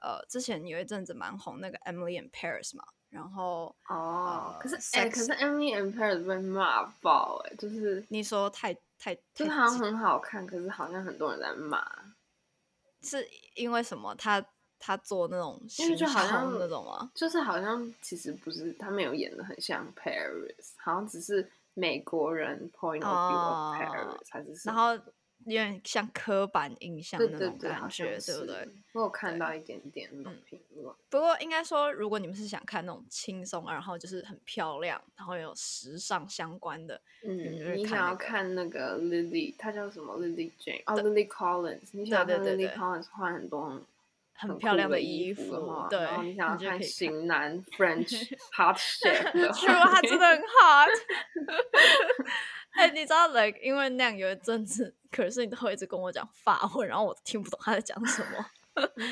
Speaker 3: 呃，之前有一阵子蛮红那个《Emily in Paris》嘛，然后
Speaker 2: 哦，可是
Speaker 3: 呃
Speaker 2: 哎、可
Speaker 3: sex-
Speaker 2: 是 Emily and Paris 被骂爆哎、就是
Speaker 3: 你说太太
Speaker 2: 就
Speaker 3: 太
Speaker 2: 是好像
Speaker 3: 激
Speaker 2: 很好看，可是好像很多人在骂，
Speaker 3: 是因为什么？他他做那种
Speaker 2: 因为
Speaker 3: 行
Speaker 2: 就
Speaker 3: 销
Speaker 2: 好像
Speaker 3: 那种吗？
Speaker 2: 就是好像其实不是他没有演的很像 Paris，好像只是美国人 point of view
Speaker 3: 哦
Speaker 2: of Paris 还是什
Speaker 3: 然
Speaker 2: 么
Speaker 3: 后有点像刻板印象
Speaker 2: 对
Speaker 3: 那
Speaker 2: 对
Speaker 3: 种
Speaker 2: 对，好像
Speaker 3: 感觉，对
Speaker 2: 是
Speaker 3: 不对？？
Speaker 2: 我有看
Speaker 3: 对
Speaker 2: 到一点点那种
Speaker 3: 嗯
Speaker 2: 评论。
Speaker 3: 不过应该说，如果你们是想看那种轻松，然后就是很漂亮，然后有时尚相关的，你
Speaker 2: 嗯，
Speaker 3: 就是
Speaker 2: 你
Speaker 3: 看
Speaker 2: 想
Speaker 3: 那
Speaker 2: 要
Speaker 3: 个
Speaker 2: 看那个 Lily，她叫什么 Lily Jane 哦，Lily Collins，你想要
Speaker 3: 对
Speaker 2: 看
Speaker 3: 对
Speaker 2: Lily
Speaker 3: 对
Speaker 2: Collins 换很多很
Speaker 3: 很
Speaker 2: 很
Speaker 3: 漂
Speaker 2: 酷
Speaker 3: 亮
Speaker 2: 的
Speaker 3: 衣
Speaker 2: 服的话，
Speaker 3: 对
Speaker 2: 然后你，想要
Speaker 3: 就可
Speaker 2: 看
Speaker 3: 以看。
Speaker 2: 型男 French hot chef 的
Speaker 3: 是
Speaker 2: 话，
Speaker 3: 吗？他真的很 hot。哎、你知道，like，因为那样有一阵子，可是你都会一直跟我讲法文，然后我听不懂他在讲什么。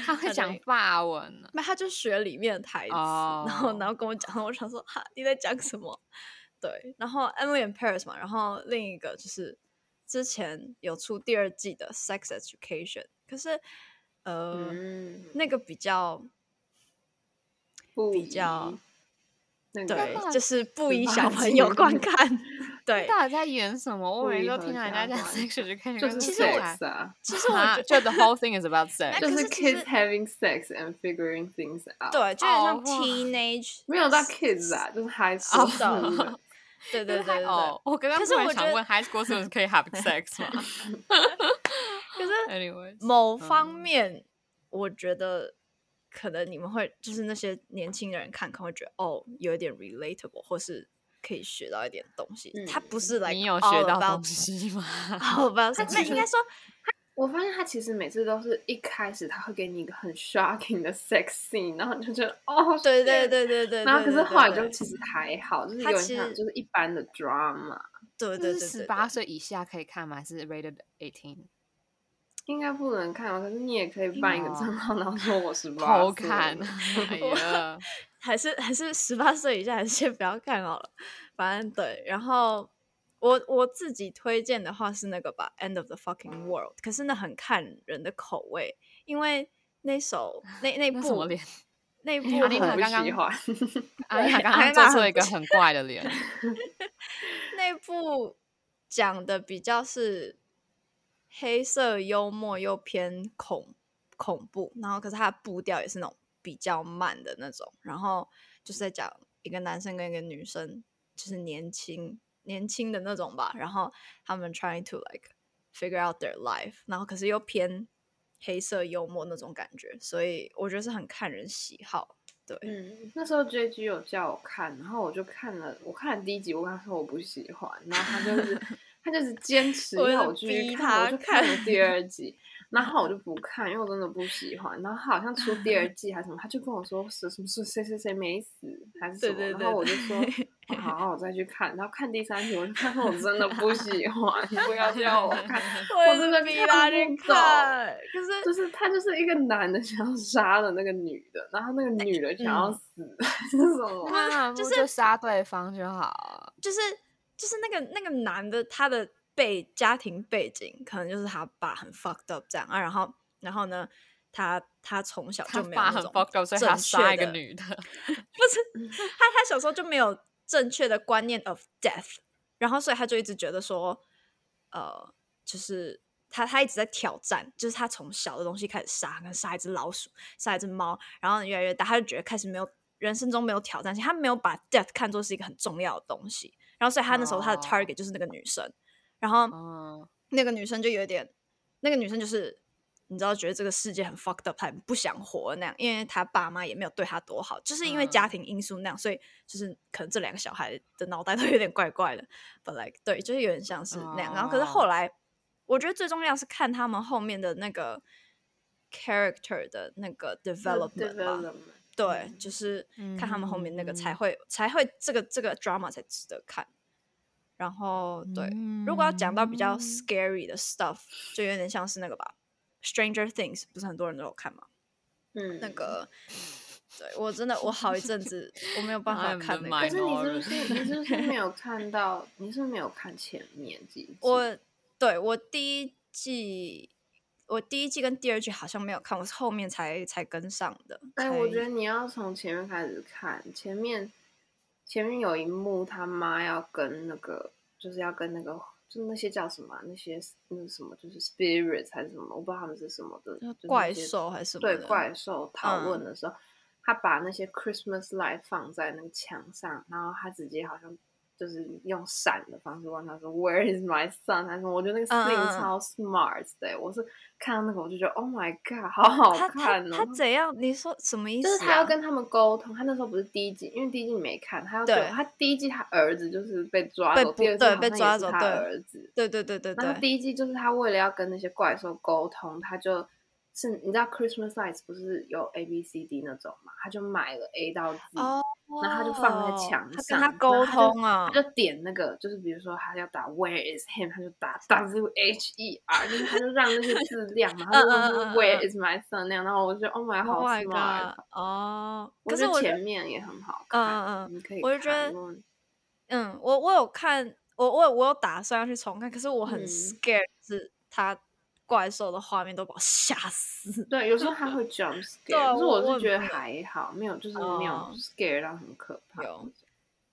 Speaker 1: 他会
Speaker 3: 他
Speaker 1: 讲
Speaker 3: 对
Speaker 1: 法文呢、
Speaker 3: 没，他就学里面的台词，然后然后跟我讲，我想说哈你在讲什么？对，然后《Emily in Paris》嘛，然后另一个就是之前有出第二季的《Sex Education》，可是呃、
Speaker 2: 嗯，
Speaker 3: 那个比较
Speaker 2: 不
Speaker 3: 比较
Speaker 2: 宜那个
Speaker 3: 对
Speaker 1: 到底，
Speaker 3: 就是不
Speaker 2: 十
Speaker 3: 以
Speaker 2: 八
Speaker 3: 小朋友
Speaker 2: 禁
Speaker 3: 观看。 对，
Speaker 1: 到底在演什么？我
Speaker 2: 故
Speaker 1: 每
Speaker 2: 意
Speaker 1: 次都
Speaker 2: 和
Speaker 1: 听到人家
Speaker 2: 家
Speaker 1: 讲
Speaker 2: 管
Speaker 1: sex 就 开始
Speaker 2: 就
Speaker 1: 跟
Speaker 2: 是
Speaker 1: 着
Speaker 3: 其实
Speaker 1: 睡
Speaker 3: 我
Speaker 2: sex 啊，
Speaker 3: 其实我
Speaker 1: 啊
Speaker 3: 觉
Speaker 1: 就 the whole thing is about
Speaker 3: 那
Speaker 1: sex，
Speaker 2: 就
Speaker 3: 可
Speaker 2: 是
Speaker 3: 是其
Speaker 2: kids
Speaker 3: 实
Speaker 2: having sex and figuring things out。，
Speaker 3: 对，就有点
Speaker 1: 哦哇
Speaker 3: 像 teenage，
Speaker 2: 没有到 kids 啊，就是 high
Speaker 3: 哦
Speaker 2: school student
Speaker 3: 对对对对对
Speaker 1: 哦。，我刚刚
Speaker 3: 可
Speaker 1: 突
Speaker 3: 是
Speaker 1: 然
Speaker 3: 我觉
Speaker 1: 想
Speaker 3: 得
Speaker 1: 问，high school 是不是可以 have sex 吗
Speaker 3: 可是
Speaker 1: ？Anyway，
Speaker 3: 某方
Speaker 1: 哎嗯
Speaker 3: 面，我觉得可能你们会就是那些年轻人看可能会觉得哦，有一点 relatable，或是可以学到一点东西。它不是来
Speaker 1: 你有学到东西吗？
Speaker 3: 好吧，
Speaker 2: 它
Speaker 3: 那
Speaker 2: 其
Speaker 3: 应该
Speaker 2: 实
Speaker 3: 说
Speaker 2: 我发现他其实每次都是一开始他会给你一个很 shocking 的 sex scene，然后你就觉得哦，
Speaker 3: 对对
Speaker 2: shit
Speaker 3: 对对对，
Speaker 2: 然后
Speaker 3: 对
Speaker 2: 可是
Speaker 3: 对
Speaker 2: 后来
Speaker 3: 对
Speaker 2: 就其实还好，就是有
Speaker 3: 它
Speaker 2: 点
Speaker 3: 其
Speaker 2: 像
Speaker 3: 实
Speaker 2: 就是一般的 drama，
Speaker 3: 对对
Speaker 1: 这
Speaker 3: 对
Speaker 1: 是
Speaker 3: 对
Speaker 1: 十
Speaker 3: 对
Speaker 1: 八岁以下可以看吗？还是 rated eighteen？
Speaker 2: 应该不能看吧？哦可是你也可以办一个
Speaker 1: 哦
Speaker 2: 账号，然后说我是
Speaker 1: 偷看， 哎
Speaker 3: 我
Speaker 1: 呀，
Speaker 3: 还是还是十八岁以下，还是先不要看好了。反正对，然后我我自己推荐的话是那个吧，《End of the Fucking World》，可是那很看人的口味，因为那首那那
Speaker 1: 那什么
Speaker 3: 部
Speaker 1: 脸？
Speaker 3: 那部
Speaker 1: 阿丽
Speaker 2: 我
Speaker 1: 塔
Speaker 2: 不
Speaker 1: 刚刚
Speaker 2: 喜欢。
Speaker 1: 阿丽
Speaker 3: 对
Speaker 1: 塔刚
Speaker 3: 阿
Speaker 1: 刚
Speaker 3: 丽
Speaker 1: 做
Speaker 3: 塔
Speaker 1: 出了
Speaker 3: 很
Speaker 1: 一个
Speaker 3: 不
Speaker 1: 很怪的 脸，
Speaker 3: 那部讲的比较是黑色幽默又偏恐恐怖，然后可是它的步调也是那种比较慢的那种，然后就是在讲一个男生跟一个女生，就是年轻年轻的那种吧，然后他们 trying to like figure out their life，然后可是又偏黑色幽默那种感觉，所以我觉得是很看人喜好，对，
Speaker 2: 嗯，那时候 J G 有叫我看，然后我就看了，我看了第一集，我跟他说我不喜欢，然后他 就是他就是坚持
Speaker 3: 我
Speaker 2: 要
Speaker 3: 是
Speaker 2: 我继续
Speaker 3: 逼
Speaker 2: 看，我
Speaker 3: 他
Speaker 2: 就看了
Speaker 3: 看
Speaker 2: 第 二集，然后我就不看，因为我真的不喜欢。然后他好像出第二季还是什么，他就跟我说是什么是谁谁谁没死还是什
Speaker 3: 对
Speaker 2: 么，
Speaker 3: 对对
Speaker 2: 然后我就说
Speaker 3: 对
Speaker 2: 哦好，我再去看，然后看第三集，我就发现我真的不喜欢，不要叫我看，
Speaker 3: 我也
Speaker 2: 真的
Speaker 3: 是逼他去
Speaker 2: 看不懂
Speaker 3: 看，可是
Speaker 2: 就是他就是一个男的想要杀了那个女的，然后那个女的想要
Speaker 3: 嗯
Speaker 2: 死， 是什么？
Speaker 1: 那
Speaker 3: 就
Speaker 1: 不
Speaker 3: 是
Speaker 1: 就杀对方就好。
Speaker 3: 就是就是那个那个男的他的背家庭背景可能就是他爸很 fucked up 这样啊，然后然后呢，他他从小
Speaker 1: 他
Speaker 3: 就没有那
Speaker 1: 爸很
Speaker 3: 种
Speaker 1: fucked up，所以
Speaker 3: 正
Speaker 1: 他
Speaker 3: 确
Speaker 1: 杀一个
Speaker 3: 的
Speaker 1: 女的。
Speaker 3: 不是他他小时候就没有正确的观念 of death，然后所以他就一直觉得说，呃，就是他他一直在挑战，就是他从小的东西开始杀，可能杀一只老鼠，杀一只猫，然后越来越大，他就觉得开始没有人生中没有挑战性，他没有把 death 看作是一个很重要的东西，然后所以他那时候他的
Speaker 1: 哦
Speaker 3: target 就是那个女生，然后
Speaker 1: 嗯，
Speaker 3: 那个女生就有点，那个女生就是你知道，觉得这个世界很 fucked up，她很不想活那样，因为她爸妈也没有对她多好，就是因为家
Speaker 1: 嗯
Speaker 3: 庭因素那样，所以就是可能这两个小孩的脑袋都有点怪怪的。本来对，就是有点像是那样。然后可是后
Speaker 1: 哦
Speaker 3: 来，我觉得最重要是看他们后面的那个 character 的那个 development 吧。
Speaker 2: development
Speaker 3: 对，就是看他们后面那个才
Speaker 1: 嗯
Speaker 3: 会、才会这个这个 drama 才值得看。然后 对，如果要讲到比较
Speaker 1: 嗯
Speaker 3: scary 的 stuff，就有点像是那个吧，《Stranger Things》不是很多人都有看吗？
Speaker 2: 嗯
Speaker 3: 那。个，对我真的我好一 阵子我没有办
Speaker 1: I
Speaker 3: 法
Speaker 1: am
Speaker 3: 看
Speaker 1: the
Speaker 3: 那
Speaker 2: 可
Speaker 3: 个
Speaker 1: mind-，
Speaker 2: 是你
Speaker 1: Minority
Speaker 2: 是不是你是不是没有看到？你是不是没有看前面几集？
Speaker 3: 我对我第一季。我第一季跟第二季好像没有看，我是后面才才跟上的。
Speaker 2: 哎，我
Speaker 3: 才
Speaker 2: 觉得你要从前面开始看，前面前面有一幕他妈要跟那个，就是要跟那个，就那些叫什么啊、那些那个什么，就是 spirit 还是什么，我不知道他们是什么的，
Speaker 3: 就
Speaker 2: 就是
Speaker 3: 怪
Speaker 2: 那些
Speaker 3: 兽还是什么
Speaker 2: 对
Speaker 3: 的
Speaker 2: 怪兽讨论
Speaker 3: 嗯
Speaker 2: 的时候，他把那些 Christmas light 放在那个墙上，然后他直接好像就是用闪的方式问他说 Where is my son？他说我觉得那个
Speaker 3: 嗯嗯
Speaker 2: scene
Speaker 3: 嗯
Speaker 2: 超 smart 的、欸我是看到那个我就觉得 Oh my god，好好
Speaker 3: 他他
Speaker 2: 看哦。
Speaker 3: 他怎样？你说什么意思、
Speaker 2: 就
Speaker 3: 啊？
Speaker 2: 是他要跟他们沟通，他那时候不是第一季，因为第一季你没看，他要
Speaker 3: 对
Speaker 2: 对他第一季他儿子就是被抓
Speaker 3: 被
Speaker 2: 走，
Speaker 3: 捕
Speaker 2: 第二季
Speaker 3: 对
Speaker 2: 好像
Speaker 3: 被抓
Speaker 2: 也是
Speaker 3: 走
Speaker 2: 他
Speaker 3: 对
Speaker 2: 儿子，
Speaker 3: 对对对对
Speaker 2: 然后
Speaker 3: 对，
Speaker 2: 第一季就是他为了要跟那些怪兽沟通，他就是你知道 Christmas lights 不是有 A B C D 那种嘛，他就买了 A 到 Z，、
Speaker 3: 哦，
Speaker 2: 然后他就放在墙
Speaker 3: 他
Speaker 2: 上，
Speaker 3: 跟他沟通啊，
Speaker 2: 他就点那个，就是比如说他要打 Where is him，他就打 W H E R，就是他就让那些字亮 嘛，他就问
Speaker 3: 嗯嗯嗯嗯
Speaker 2: 他
Speaker 3: 嗯
Speaker 2: Where is my son 那样，然后我就觉得 Oh my 好
Speaker 3: Oh my
Speaker 2: smart，
Speaker 3: god！哦，
Speaker 2: 我
Speaker 3: 可
Speaker 2: 觉
Speaker 3: 是
Speaker 2: 得
Speaker 3: 我觉
Speaker 2: 前
Speaker 3: 得
Speaker 2: 面也很好看，
Speaker 3: 嗯嗯
Speaker 2: 你可以
Speaker 3: 我就觉
Speaker 2: 看
Speaker 3: 得
Speaker 2: 如果你
Speaker 3: 嗯，我我有看，我我有我有打算要去重看，可是我很
Speaker 2: 嗯
Speaker 3: scared，是他怪兽的画面都把我吓死。
Speaker 2: 对，有时候它会 jump
Speaker 3: 对啊
Speaker 2: scare，可是
Speaker 3: 我
Speaker 2: 我
Speaker 3: 我
Speaker 2: 是觉得
Speaker 3: 很
Speaker 2: 还好，没有就是没有
Speaker 1: 哦
Speaker 2: scare 到很可怕。
Speaker 3: 嗯有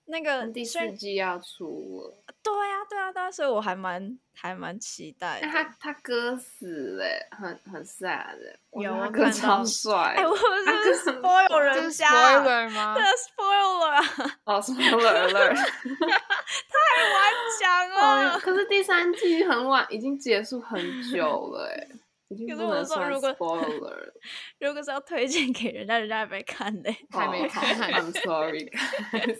Speaker 3: 那个
Speaker 2: 但第
Speaker 3: 虽
Speaker 2: 四
Speaker 3: 然
Speaker 2: 季要出了，
Speaker 3: 对啊，对啊，对啊，所以我还蛮还蛮期待的。
Speaker 2: 但哎他他哥死嘞，很很 sad 欸我觉
Speaker 3: 有
Speaker 2: 得他
Speaker 3: 我
Speaker 2: 哥
Speaker 3: 看
Speaker 2: 超
Speaker 3: 到
Speaker 2: 帅
Speaker 3: 哎、 我
Speaker 2: 他
Speaker 3: 们
Speaker 2: 哥
Speaker 3: 是
Speaker 2: 很
Speaker 3: spoil
Speaker 1: 这
Speaker 3: 人
Speaker 1: 是
Speaker 3: 家啊，
Speaker 1: spoiler 吗
Speaker 3: 这？是 spoiler 啊，
Speaker 2: 哦，spoiler alert！
Speaker 3: 太晚
Speaker 2: 哦，
Speaker 3: 讲了。
Speaker 2: 可是第三季很晚，已经结束很久了哎，已经
Speaker 3: 可是
Speaker 2: 不
Speaker 3: 我
Speaker 2: 能
Speaker 3: 说
Speaker 2: 算
Speaker 3: 如果
Speaker 2: spoiler 了。
Speaker 3: 如果是要推荐给人家，人家还没看嘞，
Speaker 1: 还没
Speaker 2: 哦
Speaker 1: 看
Speaker 2: I'm sorry guys。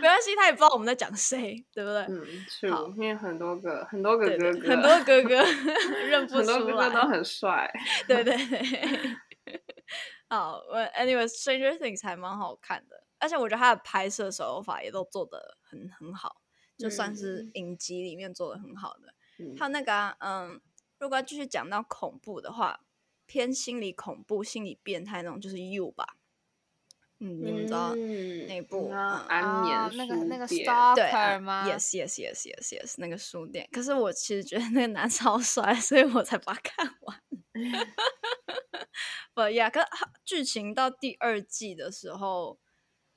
Speaker 3: 没关系，他也不知道我们在讲谁，对不对？
Speaker 2: 嗯，true，因为很多个很多个
Speaker 3: 对
Speaker 2: 哥
Speaker 3: 对
Speaker 2: 哥，
Speaker 3: 很多哥哥 认 不
Speaker 2: 很多
Speaker 3: 出
Speaker 2: 哥
Speaker 3: 来，
Speaker 2: 哥都很帅。
Speaker 3: 对对对。 好，我 anyway，《Stranger Things》还蛮好看的，而且我觉得它的拍摄手法也都做得很很好，就算是
Speaker 2: 嗯
Speaker 3: 影集里面做的很好的。
Speaker 2: 嗯
Speaker 3: 还有那个、啊，嗯，如果要继续讲到恐怖的话，偏心理恐怖、心理变态那种，就是 You 吧。嗯，你们知道、
Speaker 2: 嗯
Speaker 3: 那部
Speaker 2: 啊
Speaker 3: 嗯
Speaker 2: 安眠
Speaker 1: 哦
Speaker 2: 书
Speaker 1: 那个那个
Speaker 2: 店
Speaker 1: star-
Speaker 3: 对
Speaker 1: Upper
Speaker 3: 嗯
Speaker 1: 吗
Speaker 3: ？Yes, yes, yes, yes, yes。那个书店，可是我其实觉得那个男超帅，所以我才把它看完。But yeah，可是它剧情到第二季的时候，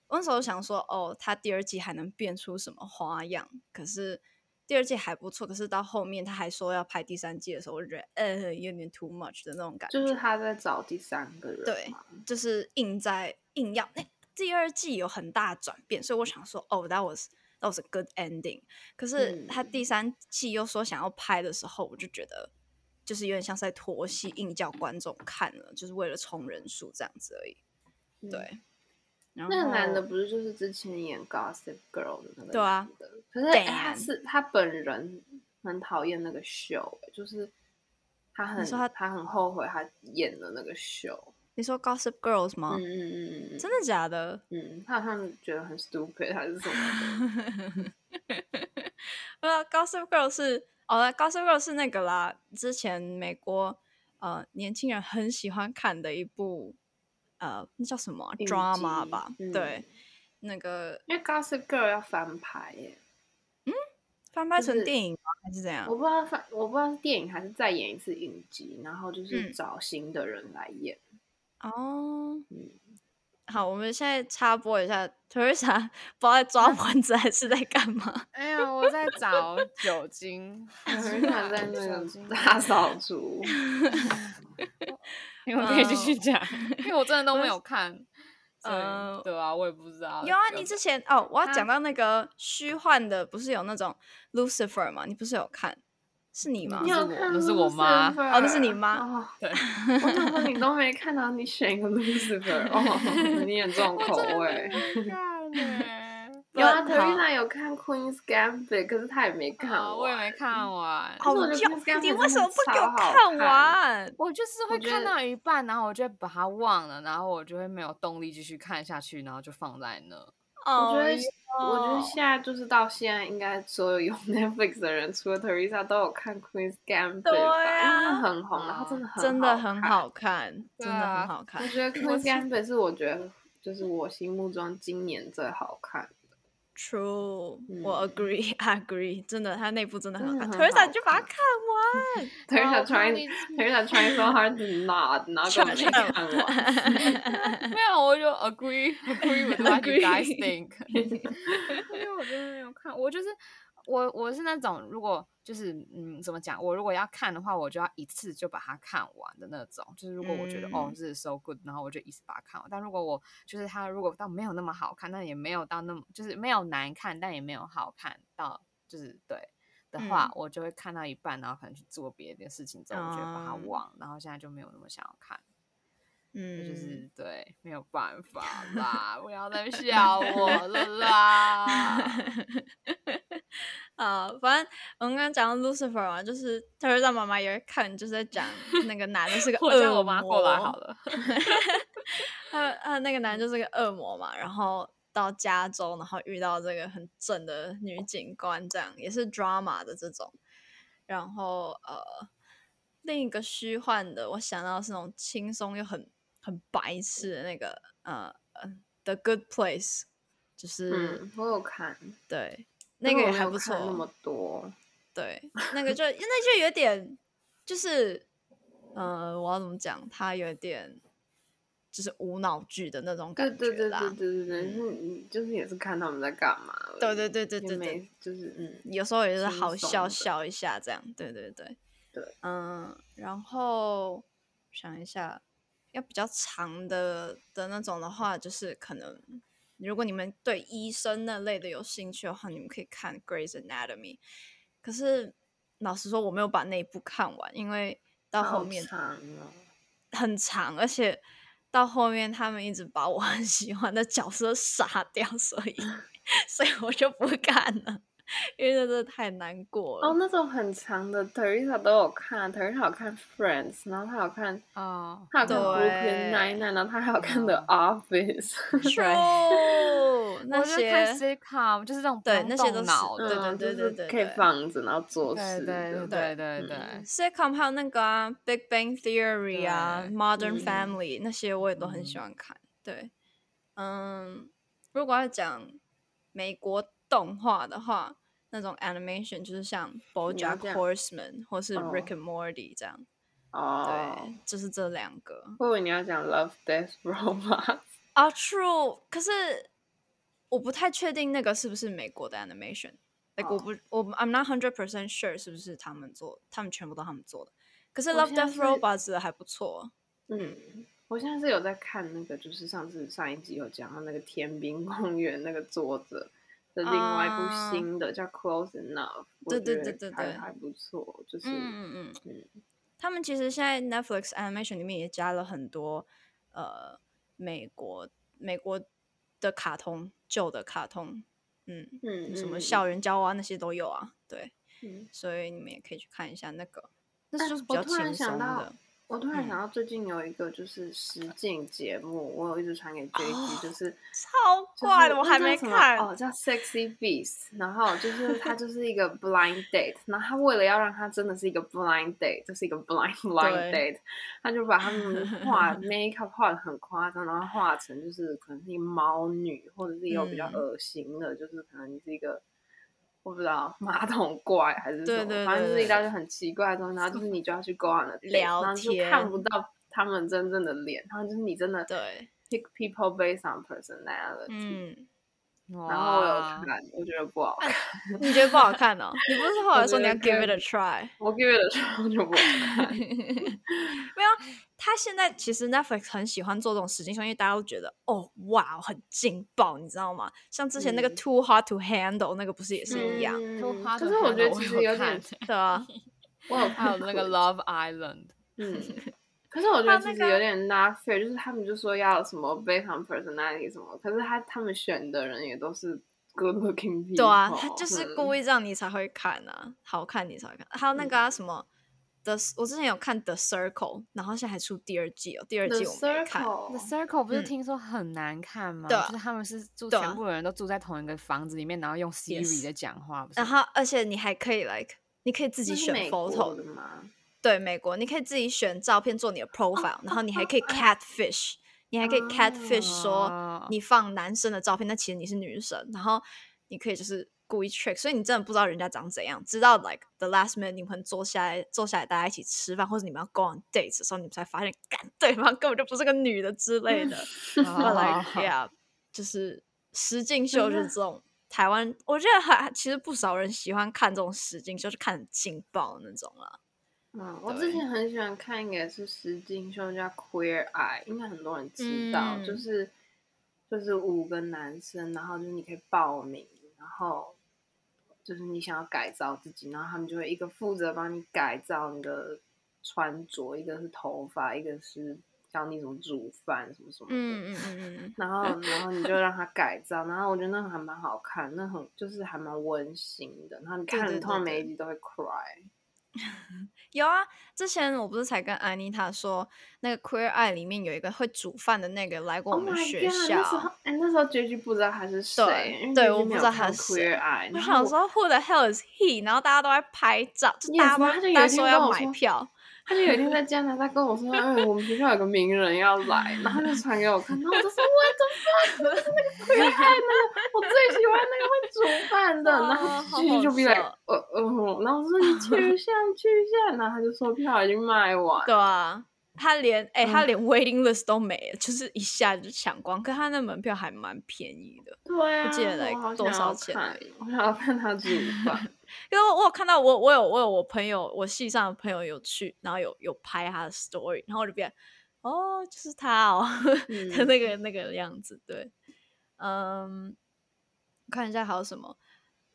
Speaker 3: 我那时候想说，哦，他第二季还能变出什么花样？可是第二季还不错，可是到后面他还说要拍第三季的时候，我就觉得呃有点 too much 的那种感觉，
Speaker 2: 就是他在找第三个人嘛，
Speaker 3: 对就是硬在硬要。那第二季有很大的转变，所以我想说，哦，that was that was a good ending。可是他
Speaker 2: 嗯
Speaker 3: 第三季又说想要拍的时候，我就觉得就是有点像是在拖戏，硬叫观众看了，就是为了冲人数这样子而已。
Speaker 2: 嗯
Speaker 3: 对，然
Speaker 2: 那个 男的
Speaker 3: 后
Speaker 2: 不是就是之前演《Gossip Girl》的那个
Speaker 3: 对啊
Speaker 2: 男的，可是哎
Speaker 3: Damn
Speaker 2: 他是他本人很讨厌那个秀、哎就是他很
Speaker 3: 说他
Speaker 2: 很后悔他演的那个秀，
Speaker 3: 你说 Gossip Girls 吗？
Speaker 2: 嗯嗯嗯嗯，
Speaker 3: 真的假的？
Speaker 2: 嗯，他好像觉得很 stupid 还是什么
Speaker 3: 呃，Gossip Girl 是哦，Gossip Girl 是那个啦，之前美国呃年轻人很喜欢看的一部呃，那叫什么啊
Speaker 2: 影
Speaker 3: drama
Speaker 2: 集
Speaker 3: 吧？
Speaker 2: 嗯
Speaker 3: 对，那个
Speaker 2: 因为 Gossip Girl 要翻拍欸耶、
Speaker 3: 翻拍
Speaker 2: 就
Speaker 3: 成
Speaker 2: 是
Speaker 3: 电影吗？还是怎样
Speaker 2: 我？不知道翻我不知道是电影还是再演一次影集，然后就是
Speaker 3: 嗯
Speaker 2: 找新的人来演。
Speaker 3: 哦
Speaker 2: 嗯。
Speaker 3: 好，我们现在插播一下，Teresa 不知道在抓蚊子还是在干嘛？
Speaker 1: 哎呀，我在找酒 精，
Speaker 2: 我很想在那
Speaker 1: 酒
Speaker 2: 个
Speaker 1: 精
Speaker 2: 大扫除，
Speaker 1: 因为我可以继续讲，嗯因为我真的都没有看。所以
Speaker 3: 呃
Speaker 1: 对啊，我也不知道。
Speaker 3: 有啊，你之前哦，我要讲
Speaker 1: 他
Speaker 3: 到那个虚幻的，不是有那种 Lucifer 吗？你不是有看？是 你吗？
Speaker 1: 你
Speaker 2: 有
Speaker 1: 是我
Speaker 2: 看
Speaker 1: 那是我妈
Speaker 2: Lucifer？
Speaker 3: 哦那是你妈
Speaker 2: 哦
Speaker 1: 对，
Speaker 2: 我想说你都没看到，你选一个 Lucifer，哦，你很重 口味。
Speaker 1: 看 呢
Speaker 3: 不
Speaker 2: 有啊
Speaker 3: 好
Speaker 2: ，Teresa 有看 Queen's Gambit，可是她也没看
Speaker 1: 啊，
Speaker 2: 完。
Speaker 1: 我也没。看完。
Speaker 3: 好
Speaker 2: 是我觉得
Speaker 3: 笑
Speaker 2: Prince Gambit
Speaker 3: 你
Speaker 2: 真
Speaker 3: 为
Speaker 2: 的
Speaker 3: 什么不给我
Speaker 2: 超好
Speaker 3: 看
Speaker 2: 看
Speaker 3: 完？
Speaker 1: 我就是会
Speaker 2: 我觉
Speaker 1: 看
Speaker 2: 得
Speaker 1: 到一半，然后我就会把它忘了，然后我就会没有动力继续看下去，然后就放在 那。
Speaker 3: 哦，
Speaker 2: 觉得我觉得
Speaker 3: 哟
Speaker 2: 现在就是到现在，应该所有有 Netflix 的人，除了 Teresa 都有看 Queen's Gambit，吧
Speaker 3: 对啊
Speaker 2: 因为它很红，然后真的很
Speaker 3: 真的
Speaker 2: 的
Speaker 3: 很
Speaker 2: 看。
Speaker 3: 好看，真的
Speaker 1: 啊
Speaker 3: 很好看
Speaker 2: 我。觉得 Queen's Gambit 是我觉得就是我心目中今年最好看。
Speaker 3: True，我
Speaker 2: 嗯
Speaker 3: agree，agree，真的，它那部真的很好看。
Speaker 2: 真的很
Speaker 3: t e
Speaker 2: 好
Speaker 3: r s a 你就把它
Speaker 2: 看
Speaker 3: 看完，
Speaker 1: 哇
Speaker 2: Teresa
Speaker 1: 我看了一
Speaker 2: trying
Speaker 1: 次
Speaker 2: Teresa trying so hard to not，然后根本没
Speaker 3: 全
Speaker 2: 看 完。
Speaker 1: 没有，我就 agree agree with what you guys think。因为我真的没有看，我就是我我是那种如果就是嗯怎么讲，我如果要看的话，我就要一次就把它看完的那种。就是如果我觉得、哦
Speaker 3: 嗯
Speaker 1: 这是 so good，然后我就一次把它看完。但如果我就是它如果到没有那么好看，但也没有到那么就是没有难看，但也没有好看到就是对。的话
Speaker 3: 嗯，
Speaker 1: 我就会看到一半，然后可能去做别的事情之后，我就会把它
Speaker 3: 嗯
Speaker 1: 忘，然后现在就没有那么想要看。那就
Speaker 3: 嗯，
Speaker 1: 是对，没有办法啦，不要再笑我了啦。
Speaker 3: 啊，反正我们刚刚讲到 Lucifer 嘛，就是 Teresa 妈妈也会看，就是在讲那个男的是个
Speaker 1: 我叫
Speaker 3: 恶
Speaker 1: 我妈过来
Speaker 3: 魔
Speaker 1: 好了。
Speaker 3: 他他那个男就是个恶魔嘛，然后到加州，然后遇到这个很正的女警官，这样也是 drama 的这种。然后呃，另一个虚幻的，我想到是那种轻松又很很白痴的那个呃呃 The Good Place，就是、
Speaker 2: 嗯，我有看，
Speaker 3: 对
Speaker 2: 但
Speaker 3: 那个
Speaker 2: 我
Speaker 3: 也
Speaker 2: 没
Speaker 3: 还
Speaker 2: 有
Speaker 3: 不
Speaker 2: 看
Speaker 3: 错，
Speaker 2: 那么多。
Speaker 3: 对，那个就那就有点就是呃，我要怎么讲？它有点就是无脑剧的那种
Speaker 2: 对
Speaker 3: 感觉
Speaker 2: 对对
Speaker 3: 啦。嗯
Speaker 2: 对对对对，是你就是也是看他们在干嘛而已。
Speaker 3: 对对对对
Speaker 2: 也
Speaker 3: 对对
Speaker 2: 没就是嗯，
Speaker 3: 有时候也是
Speaker 2: 轻
Speaker 3: 好
Speaker 2: 松
Speaker 3: 笑
Speaker 2: 的
Speaker 3: 笑一下这样，对对对，
Speaker 2: 对，
Speaker 3: 嗯，然后想一下，要比较长的的那种的话，就是可能如果你们对医生那类的有兴趣的话，你们可以看《Grey's Anatomy》，可是老实说，我没有把那一部看完，因为到后
Speaker 2: 好
Speaker 3: 面
Speaker 2: 长哦。
Speaker 3: 很长，而且到后面他们一直把我 很喜欢的角色杀掉， 所以所以我就不看了，因为真的太难过了。
Speaker 2: 哦，那种很长的 Teresa 都有看，Teresa 有看 Friends，然后她有看，
Speaker 1: 哦，
Speaker 2: 她有看
Speaker 3: 对嗯
Speaker 2: Brooklyn Nine Nine，然后她还有看 The Office。
Speaker 3: True，那
Speaker 1: 我就看
Speaker 3: 些
Speaker 1: sitcom，就是这种不
Speaker 3: 对
Speaker 1: 用
Speaker 3: 那些都
Speaker 1: 动
Speaker 3: 是
Speaker 1: 脑
Speaker 3: 对
Speaker 1: 的，
Speaker 2: 嗯
Speaker 3: 对
Speaker 2: 就
Speaker 3: 对
Speaker 2: 是
Speaker 3: 对
Speaker 2: 可以
Speaker 3: 对
Speaker 2: 放着，然后做
Speaker 1: 对对
Speaker 2: 事的。
Speaker 1: 对对
Speaker 2: 嗯
Speaker 1: 对，
Speaker 3: sitcom 还有那个啊，《Big Bang Theory》啊，《
Speaker 1: 对
Speaker 3: Modern
Speaker 2: 嗯
Speaker 3: Family》那些我也都很喜
Speaker 1: 嗯
Speaker 3: 欢看。对，嗯，如果要讲美国动画的话，那种 animation 就是像《
Speaker 2: 讲
Speaker 3: BoJack Horseman》或是《
Speaker 2: 哦
Speaker 3: Rick and Morty》这样。
Speaker 2: 哦
Speaker 3: 对，，就是这两个
Speaker 2: 我以为你要讲 Love Death Robots。
Speaker 3: 啊。True，可是我不太确定那个是不是美国的 animation。Like 我
Speaker 2: 哦
Speaker 3: 不，我 I'm not hundred percent sure 是不是他们做，他们全部都他们做的。可是
Speaker 2: 我
Speaker 3: Love
Speaker 2: 现在
Speaker 3: Death
Speaker 2: 是
Speaker 3: Robots 的还不错。
Speaker 2: 嗯，我现在是有在看那个，就是上次上一集有讲到那个《天兵公园》 那个作者的另外一
Speaker 3: 啊
Speaker 2: 部新的、叫《Close Enough》，我
Speaker 3: 对对
Speaker 2: 觉
Speaker 3: 对
Speaker 2: 得
Speaker 3: 对
Speaker 2: 还
Speaker 3: 对
Speaker 2: 还不错，就是
Speaker 3: 嗯嗯嗯
Speaker 2: 嗯，
Speaker 3: 他们其实现在 Netflix animation 里面也加了很多呃美国美国的卡通，旧的卡通，嗯，
Speaker 2: 嗯
Speaker 3: 什么
Speaker 2: 嗯
Speaker 3: 校园交啊那些都有啊，对，
Speaker 2: 嗯
Speaker 3: 所以你们也可以去看一下那个，那
Speaker 2: 哎
Speaker 3: 是就是比
Speaker 2: 我
Speaker 3: 较
Speaker 2: 突然
Speaker 3: 轻
Speaker 2: 想
Speaker 3: 松
Speaker 2: 到
Speaker 3: 的。
Speaker 2: 我突然
Speaker 3: 嗯
Speaker 2: 想到，最近有一个就是实境节目，我有一直传给 J G，就是
Speaker 3: 哦超
Speaker 2: 就
Speaker 3: 怪
Speaker 2: 是
Speaker 3: 的，我
Speaker 2: 那
Speaker 3: 还
Speaker 2: 叫
Speaker 3: 没
Speaker 2: 什么
Speaker 3: 看。
Speaker 2: 哦，叫 Sexy Beast，然后就是他就是一个 blind date，然后他为了要让他真的是一个 blind date，就是一个 blind blind
Speaker 3: 对
Speaker 2: date，他就把他们画 makeup 画的很夸张，然后画成就是可能是一个猫女，或者是有比较
Speaker 3: 嗯
Speaker 2: 恶心的，就是可能你是一个。我不知道马桶怪还是
Speaker 3: 对
Speaker 2: 什么，
Speaker 3: 对
Speaker 2: 反正就是
Speaker 3: 对
Speaker 2: 一大堆很奇怪的东西，然后就是你就要去 go on a date，
Speaker 3: 聊
Speaker 2: 然后就看
Speaker 3: 天
Speaker 2: 不到他们真正的脸，然后就是你真的
Speaker 3: 对，
Speaker 2: pick people based on personality，
Speaker 3: 嗯，啊
Speaker 2: 然后我有
Speaker 1: 哇
Speaker 2: 看，我觉得不好看，
Speaker 3: 嗯你觉得不好看哦？你不是后
Speaker 2: 我
Speaker 3: 来说
Speaker 2: 觉
Speaker 3: 你要
Speaker 2: 得
Speaker 3: give it
Speaker 2: 看
Speaker 3: a try？
Speaker 2: 我 give it a try，我就不好看。
Speaker 3: 没有，他现在其实 Netflix 很喜欢做这种实境秀，因为大家都觉得哦哇，很劲爆，你知道吗？像之前那个
Speaker 2: 嗯
Speaker 3: Too Hard to Handle 那个不是也 是一样？
Speaker 2: 嗯
Speaker 1: 多花
Speaker 2: 可
Speaker 1: 的
Speaker 2: 是我
Speaker 1: 看
Speaker 2: 觉
Speaker 1: 了
Speaker 2: 得
Speaker 1: 我
Speaker 2: 其
Speaker 1: 有
Speaker 2: 实有
Speaker 1: 看
Speaker 2: 点，
Speaker 3: 对啊，
Speaker 2: 我有
Speaker 1: 还
Speaker 2: 看
Speaker 1: 有那个
Speaker 2: 过
Speaker 1: Love Island，
Speaker 2: 嗯， 可是我觉得
Speaker 3: 还有那
Speaker 2: 其实
Speaker 3: 个
Speaker 2: 有点 not fair，就是他们就说要什么 based on personality 什么，可是他他们选的人也都是 good looking people，
Speaker 3: 对啊，他就是
Speaker 2: 嗯
Speaker 3: 故意让你才会看啊，好看你才会看。还有那
Speaker 2: 嗯
Speaker 3: 个、啊、什么。的，我之前有看 The Circle，然后现在还出第二季哦，第二
Speaker 2: The
Speaker 3: 季我没看。
Speaker 1: 《
Speaker 2: Circle，
Speaker 1: The Circle》不是
Speaker 3: 嗯
Speaker 1: 听说很难看吗？
Speaker 3: 对啊
Speaker 1: 就是他们是住
Speaker 3: 对啊
Speaker 1: 全部人都住在同一个房子里面，然后用
Speaker 3: Yes
Speaker 1: Siri 在讲话，不是
Speaker 3: 然后而且你还可以 like，你可以自
Speaker 2: 自
Speaker 3: 己选 photo，
Speaker 2: 的吗？
Speaker 3: 对美国，你可以自己选照片做你的 profile，、然后你还可以 catfish，你还可以 catfish 说
Speaker 1: 哦
Speaker 3: 你 放男生的照片，但其实你是女生，然后你可以就是故意 trick，所以你真的不知道人家长怎样，直到 like the last minute 你们坐下来坐下来大家一起吃饭，或者你们要 go on date 的时候，你们才发现，干对方根本就不是个女的之类的。 后来
Speaker 1: 哦
Speaker 3: yeah，就是实境秀就
Speaker 2: 的
Speaker 3: 是这种。台湾，我觉得还其实不少人喜欢看这种实境秀，就看很劲爆的那种啦。
Speaker 2: 嗯，我
Speaker 3: 对
Speaker 2: 之前很喜欢看一个也是实境秀叫《Queer Eye》，应该很多人知道，就
Speaker 3: 嗯
Speaker 2: 是就是五个男生，然后就是你可以报名，然后就是你想要改造自己，然后他们就会一个负责帮你改造你的穿着，一个是头发，一个是教你怎么煮饭什么什么的。
Speaker 3: 嗯嗯嗯嗯嗯。
Speaker 2: 然后，然后你就让他改造，然后我觉得那个还蛮好看，那很就是还蛮温馨的。然后你
Speaker 3: 对
Speaker 2: 看，
Speaker 3: 对
Speaker 2: 你
Speaker 3: 对
Speaker 2: 通常每
Speaker 3: 对
Speaker 2: 一集都会 cry。
Speaker 3: 有啊，之前我不是才跟安妮塔说，那个 Queer Eye 里面有一个会煮饭的那个来过我
Speaker 2: Oh
Speaker 3: 们
Speaker 2: my
Speaker 3: 学
Speaker 2: God，
Speaker 3: 校
Speaker 2: 那时候，哎、那时候结局不知道他是谁，因为 J
Speaker 3: 对
Speaker 2: J
Speaker 3: 我不
Speaker 2: 没有
Speaker 3: 知道
Speaker 2: 看
Speaker 3: 他是谁
Speaker 2: Queer Eye，
Speaker 3: 我
Speaker 2: 然
Speaker 3: 想
Speaker 2: 后
Speaker 3: 说 Who the hell is he？然后大家都在拍照，就
Speaker 2: Yes，
Speaker 3: 大家
Speaker 2: 然后啊
Speaker 3: 都
Speaker 2: 他就有
Speaker 3: 大
Speaker 2: 一
Speaker 3: 家
Speaker 2: 天
Speaker 3: 说
Speaker 2: 跟
Speaker 3: 要
Speaker 2: 我
Speaker 3: 买
Speaker 2: 说
Speaker 3: 票，
Speaker 2: 他就有 一天在加拿大跟我说，哎，我们学校有个名人要来，然后他就传给我看，然后我就说，我怎么那个鬼太那个，我最喜欢那个会煮饭的，然后他
Speaker 3: 哇好
Speaker 2: 继续
Speaker 3: 好
Speaker 2: 就 be like，
Speaker 3: 笑
Speaker 2: 呃呃，嗯然后我说你去一下去一下，然后他就说票已经卖完，
Speaker 3: 对啊，他连哎、他
Speaker 2: 嗯
Speaker 3: 连 waiting list 都没了，就是一下就抢光。可他那门票还蛮便宜的，
Speaker 2: 对啊，
Speaker 3: 不记得
Speaker 2: 我
Speaker 3: like
Speaker 2: 好
Speaker 3: 多
Speaker 2: 想
Speaker 3: 少
Speaker 2: 要
Speaker 3: 钱啊
Speaker 2: 看
Speaker 3: 而已
Speaker 2: 我想要看他煮饭，
Speaker 3: 因为我有看到我我有我有我朋友我系上的朋友有去，然后有有拍他的 story，然后我就变哦，就是他哦 的
Speaker 2: 嗯
Speaker 3: 那个那个样子，对，嗯，看一下还有什么，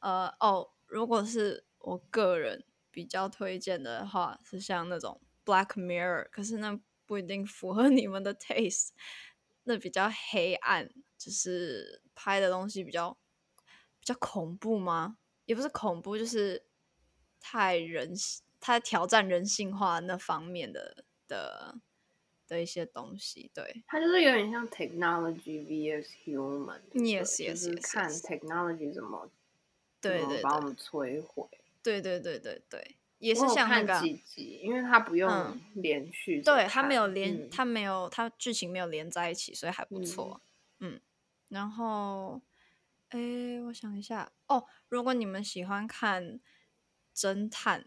Speaker 3: 呃哦，如果是我个人比较推荐的话，是像那种 Black Mirror，可是那不一定符合你们的 taste，那 比较黑暗，就是拍的东西比较比较恐怖吗？也不是恐怖，就是太人性，太挑战人性化那方面的的的一些东西。对，
Speaker 2: 他就是有点像 technology vs human，对不对
Speaker 3: Yes,
Speaker 2: 就
Speaker 3: yes,
Speaker 2: 是
Speaker 3: yes,
Speaker 2: 看
Speaker 3: yes.
Speaker 2: technology 怎么
Speaker 3: 对
Speaker 2: 怎么
Speaker 3: 对
Speaker 2: 把我
Speaker 3: 对
Speaker 2: 们摧毁。
Speaker 3: 对对对对对，也
Speaker 2: 我
Speaker 3: 是
Speaker 2: 有
Speaker 3: 像那
Speaker 2: 看
Speaker 3: 个啊，
Speaker 2: 几集，因为它不用
Speaker 3: 嗯
Speaker 2: 连续着看、
Speaker 3: 对，它没有连，
Speaker 2: 嗯
Speaker 3: 它没有，它剧情没有连在一起，所以还不错。嗯然后，诶，我想一下，哦，如果你们喜欢看侦探